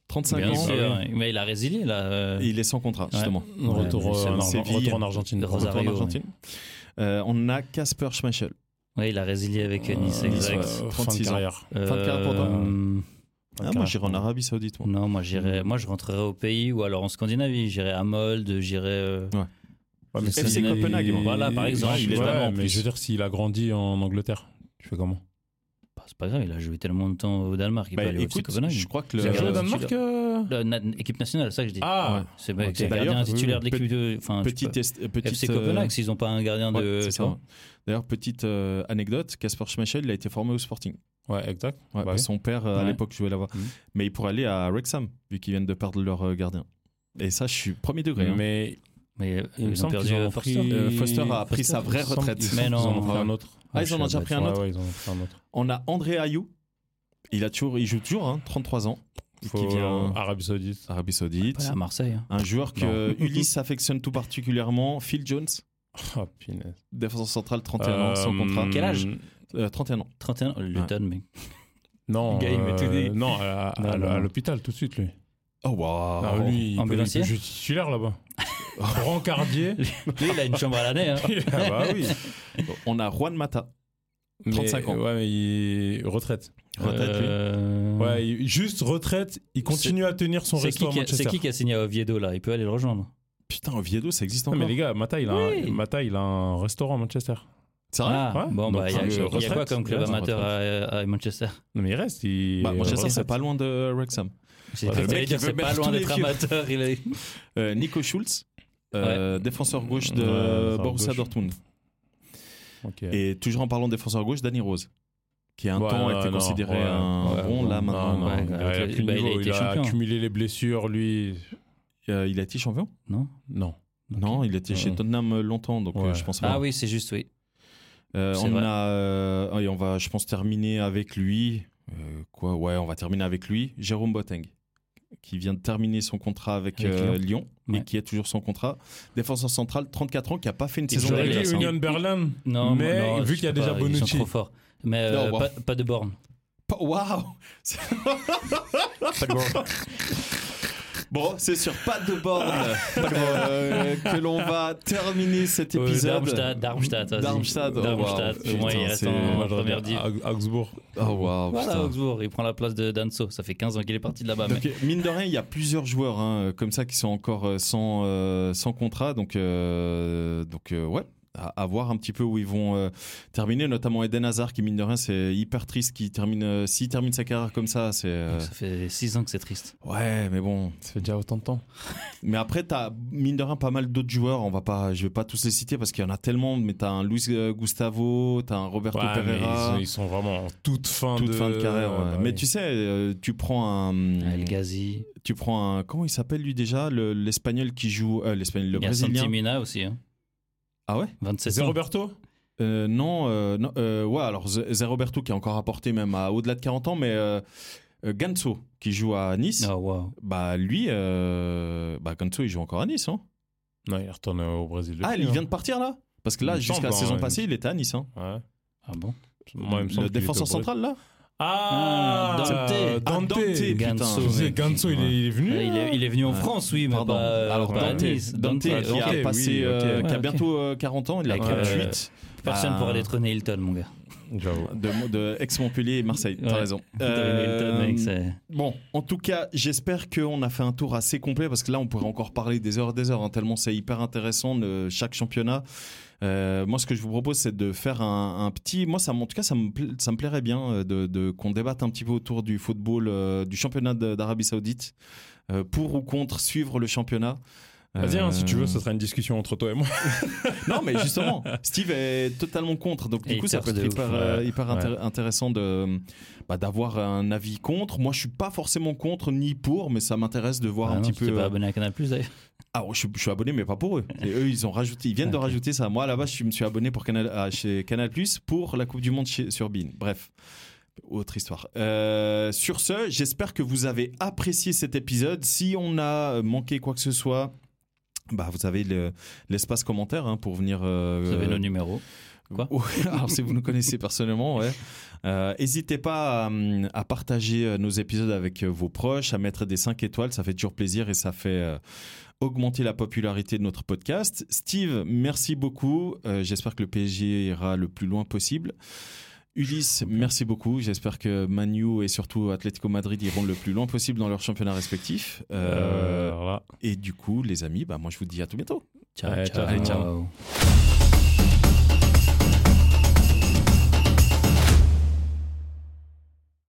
35 Bien ans. sûr, euh, ouais. mais il a résilié là. euh, hein. Il est sans contrat justement. Ouais, retour, mais c'est euh, en- marrant. Séville. retour en Argentine. Rosario. Retour en ouais. Argentine. Euh, on a Casper Schmeichel. Ouais, il a résilié avec euh, Nice, Euh, exact. fin de 36 ans. carrière. fin de carrière pour toi euh, Ah, moi j'irai en Arabie Saoudite. Moi. Non, moi j'irai, moi je rentrerai au pays ou alors en Scandinavie, j'irai à Molde, j'irai. euh, Ouais, FC s'il a- Copenhague, il- voilà, par exemple, ouais, il est ouais, vraiment en mais plus. je veux dire, s'il a grandi en Angleterre, tu fais comment bah, c'est pas grave, il a joué tellement de temps au Danemark, il Bah, peut aller au FC écoute, Copenhague. je crois que le- Il a joué au Danemark. euh, La na- équipe nationale, c'est ça que je dis. Ah, Ouais. c'est vrai, ok. c'est D'ailleurs, gardien oui, titulaire de hmm, oui. l'équipe de. Enfin, je sais Petit pas. test. euh, petit, FC euh, Copenhague, s'ils n'ont pas un gardien ouais, de. c'est tu vois. ça. D'ailleurs, petite euh, anecdote, Casper Schmeichel, il a été formé au Sporting. ouais, exact. Ouais, Bah parce oui. que Son père, euh, à Ouais. l'époque, jouait là-bas. Mhm. Mais il pourrait aller à Wrexham, vu qu'ils viennent de perdre leur euh, gardien. Et ça, je suis premier degré. hein. Mais Mais euh, il ils me ont semble perdu qu'ils en ont Forster. pris- Euh, Foster a Foster, pris sa vraie il me semble- retraite. il me semble Mais qu'ils non. en ont pris un autre. Ah, ils en ont déjà pris un Ouais, autre. ouais, ils en ont pris un autre. On a André Ayou. Il, a toujours, il joue toujours, hein, 33 ans. Faut, Qui vient euh, Arabie Saoudite. Arabie Saoudite. Voilà, à Marseille. hein. Un joueur que euh, Ulysse affectionne tout particulièrement. Phil Jones, Oh, punaise. défenseur central, 31 ans, sans Euh, contrat. Quel âge Euh, 31 ans. 31 oh, Luton, mais. Non, Le gars, il met euh, tout des- non, à, à- Non, à- non, à non. l'hôpital tout de suite lui. Oh, waouh. Ah, lui, il peut- Ambulancier il peut jouer titulaire là-bas. Brancardier. Lui, il a une chambre à l'année. hein. ah bah oui. On a Juan Mata. 35 ans. Ouais, mais il... retraite. Retraite, lui. Euh, Mmh. Ouais, il- juste retraite. Il continue à tenir son C'est resto qui, à qui a- c'est Manchester. qui qui a signé à Oviedo là Il peut aller le rejoindre. Putain, Oviedo, ça existe Non, encore. mais les gars, Mata, il a, Oui. un, Mata, il a un restaurant à Manchester. C'est vrai Ah, Ouais. bon, Donc, bah, il y a- euh, il y, a retraite. quoi comme club Ouais, c'est amateur à, à Manchester Non, mais il reste. Il... Bah, Manchester, retraite. c'est pas loin de Wrexham. J'ai Ouais, cru le que t'allais mec, dire, il veut c'est pas mettre loin tous les d'être pieds. amateur. Il est... Euh, Nico Schulz, euh, défenseur gauche de Ouais, défenseur Borussia gauche. Dortmund. Ok. Et toujours en parlant de défenseur gauche, Danny Rose, qui à un Ouais, temps non, était non, considéré ouais, un ouais, bon, ouais, là non, maintenant. non, ouais, il, avec a le- plus de bah, il a niveau, été il a champion. accumulé les blessures, lui. Euh, il a été champion Non Non. Non, il était chez Ouais. Tottenham euh, longtemps, donc euh, Ouais. je pense pas. Ah oui, c'est juste, oui. Euh, c'est on vrai. a, euh, et on va, je pense, terminer avec lui. Euh, quoi Ouais, on va terminer avec lui. Jérôme Boateng, qui vient de terminer son contrat avec, Avec Lyon. euh, Lyon, Ouais. et qui a toujours son contrat. Défenseur central, 34 ans, qui a pas fait une saison J'aurais dégueulasse, dit hein. Union Berlin. Non, mais non, vu je qu'il y a peux déjà pas, Ils Bonucci. sont trop forts. Mais euh, Non, bon. pas, pas de borne. Pa- Waouh Bon, c'est sur pas de borne Ah. euh, que l'on va terminer cet Euh, épisode. Darmstadt, Darmstadt, vas-y. Darmstadt, oh, Darmstadt, waouh, au moins, il putain, reste c'est- en- Moi, j'aurais première dit div. Haug- Augsbourg. Oh waouh, Voilà, putain. Augsbourg, il prend la place de Danso. Ça fait 15 ans qu'il est parti de Ah, là-bas. mais- Donc, euh, mine de rien, il y a plusieurs joueurs hein, comme ça qui sont encore euh, sans, euh, sans contrat. Donc, euh, donc euh, ouais, à, à voir un petit peu où ils vont euh, terminer, notamment Eden Hazard, qui mine de rien, c'est hyper triste qu'il termine. euh, S'il termine sa carrière comme ça, c'est. euh, Ça fait 6 ans que c'est triste. ouais, mais bon. Ça fait déjà autant de temps. Mais après, t'as mine de rien pas mal d'autres joueurs. On va pas, je vais pas tous les citer parce qu'il y en a tellement. Mais t'as un Luis euh, Gustavo, t'as un Roberto Ouais, mais ils, Pereira, sont- ils sont vraiment en toute fin toute de fin de carrière. ouais. Bah mais oui. tu sais, euh, tu prends un, El Ghazi, tu prends un, comment il s'appelle lui déjà, Le- l'espagnol qui joue, euh, l'espagnol, le il y a brésilien. Santimina aussi. hein. Ah ouais 27 C'est ans. Roberto Euh, Non, euh, non, euh, ouais. Alors Z- Zé Roberto qui est encore apporté même à au-delà de 40 ans, mais euh, euh, Ganso qui joue à Nice. Oh, wow. Bah lui, euh, bah Ganso il joue encore à Nice. Hein. Non, il retourne au Brésil. Ah, depuis, il hein. vient de partir là. Parce que Il là, me jusqu'à semble, la saison ouais. passée, il était à Nice. Hein. Ouais. Ah bon Moi, il le me semble qu'il est au défenseur Brésil. central là Ah, Ah, Dante. Ah, Dante, Ah, putain. Ganso, Tu sais, mec. Ganso, il est, Ah, il est venu. Ouais, il, est, il est venu en Ouais. France, oui, mais Pardon. pas, Alors pas à Dante, Nice. Dante, qui Dante, a oui, passé, ok. euh, qui a Ouais, bientôt euh, 40 ans, il a Avec, 38 Personne Bah. pourra détrôner Hilton, mon gars. J'avoue. de, de Aix-Montpellier et Marseille. T'as Ouais. raison. Détrôner Hilton, Euh, mec, c'est- Bon, en tout cas, j'espère qu'on a fait un tour assez complet parce que là, on pourrait encore parler des heures et des heures, hein, tellement c'est hyper intéressant de chaque championnat. Euh, moi, ce que je vous propose, c'est de faire un, un petit. Moi, ça, m- en tout cas, ça me, pla- ça me plairait bien euh, de, de- qu'on débatte un petit peu autour du football, euh, du championnat de- d'Arabie Saoudite, euh, pour ou contre suivre le championnat. Vas-y, hein, si tu Euh, veux, ce sera une discussion entre toi et moi. non, mais justement, Steve est totalement contre. Donc, Et du il coup, ça peut perce être de ouf, hyper, euh, ouais. hyper intér- intéressant de, bah, d'avoir un avis contre. Moi, je suis pas forcément contre ni pour, mais ça m'intéresse de voir Ah un non, petit tu t'es peu. pas euh, abonné à Canal Plus d'ailleurs. Ah, je, suis- je suis abonné, mais pas pour eux. Et eux, ils ont rajouté, ils viennent de Ok. rajouter ça. Moi, à la base, je me suis abonné pour Canal, à- chez Canal Plus pour la Coupe du Monde chez- sur Bean. Bref. Autre histoire. Euh, sur ce, j'espère que vous avez apprécié cet épisode. Si on a manqué quoi que ce soit, bah, vous avez le- l'espace commentaire hein, pour venir. euh, Vous avez nos numéros. Quoi Ouais, alors si vous nous connaissez personnellement, ouais. Euh, N'hésitez pas à, hum, à partager euh, nos épisodes avec euh, vos proches, à mettre des 5 étoiles, ça fait toujours plaisir et ça fait euh, augmenter la popularité de notre podcast. Steve, merci beaucoup. Euh, J'espère que le PSG ira le plus loin possible. Ulysse, merci beaucoup. J'espère que Manu et surtout Atlético Madrid iront le plus loin possible dans leur championnat respectif. Euh, voilà. Et du coup, les amis, bah, moi je vous dis à tout bientôt. Ciao, Ouais, ciao. ciao. Allez, ciao.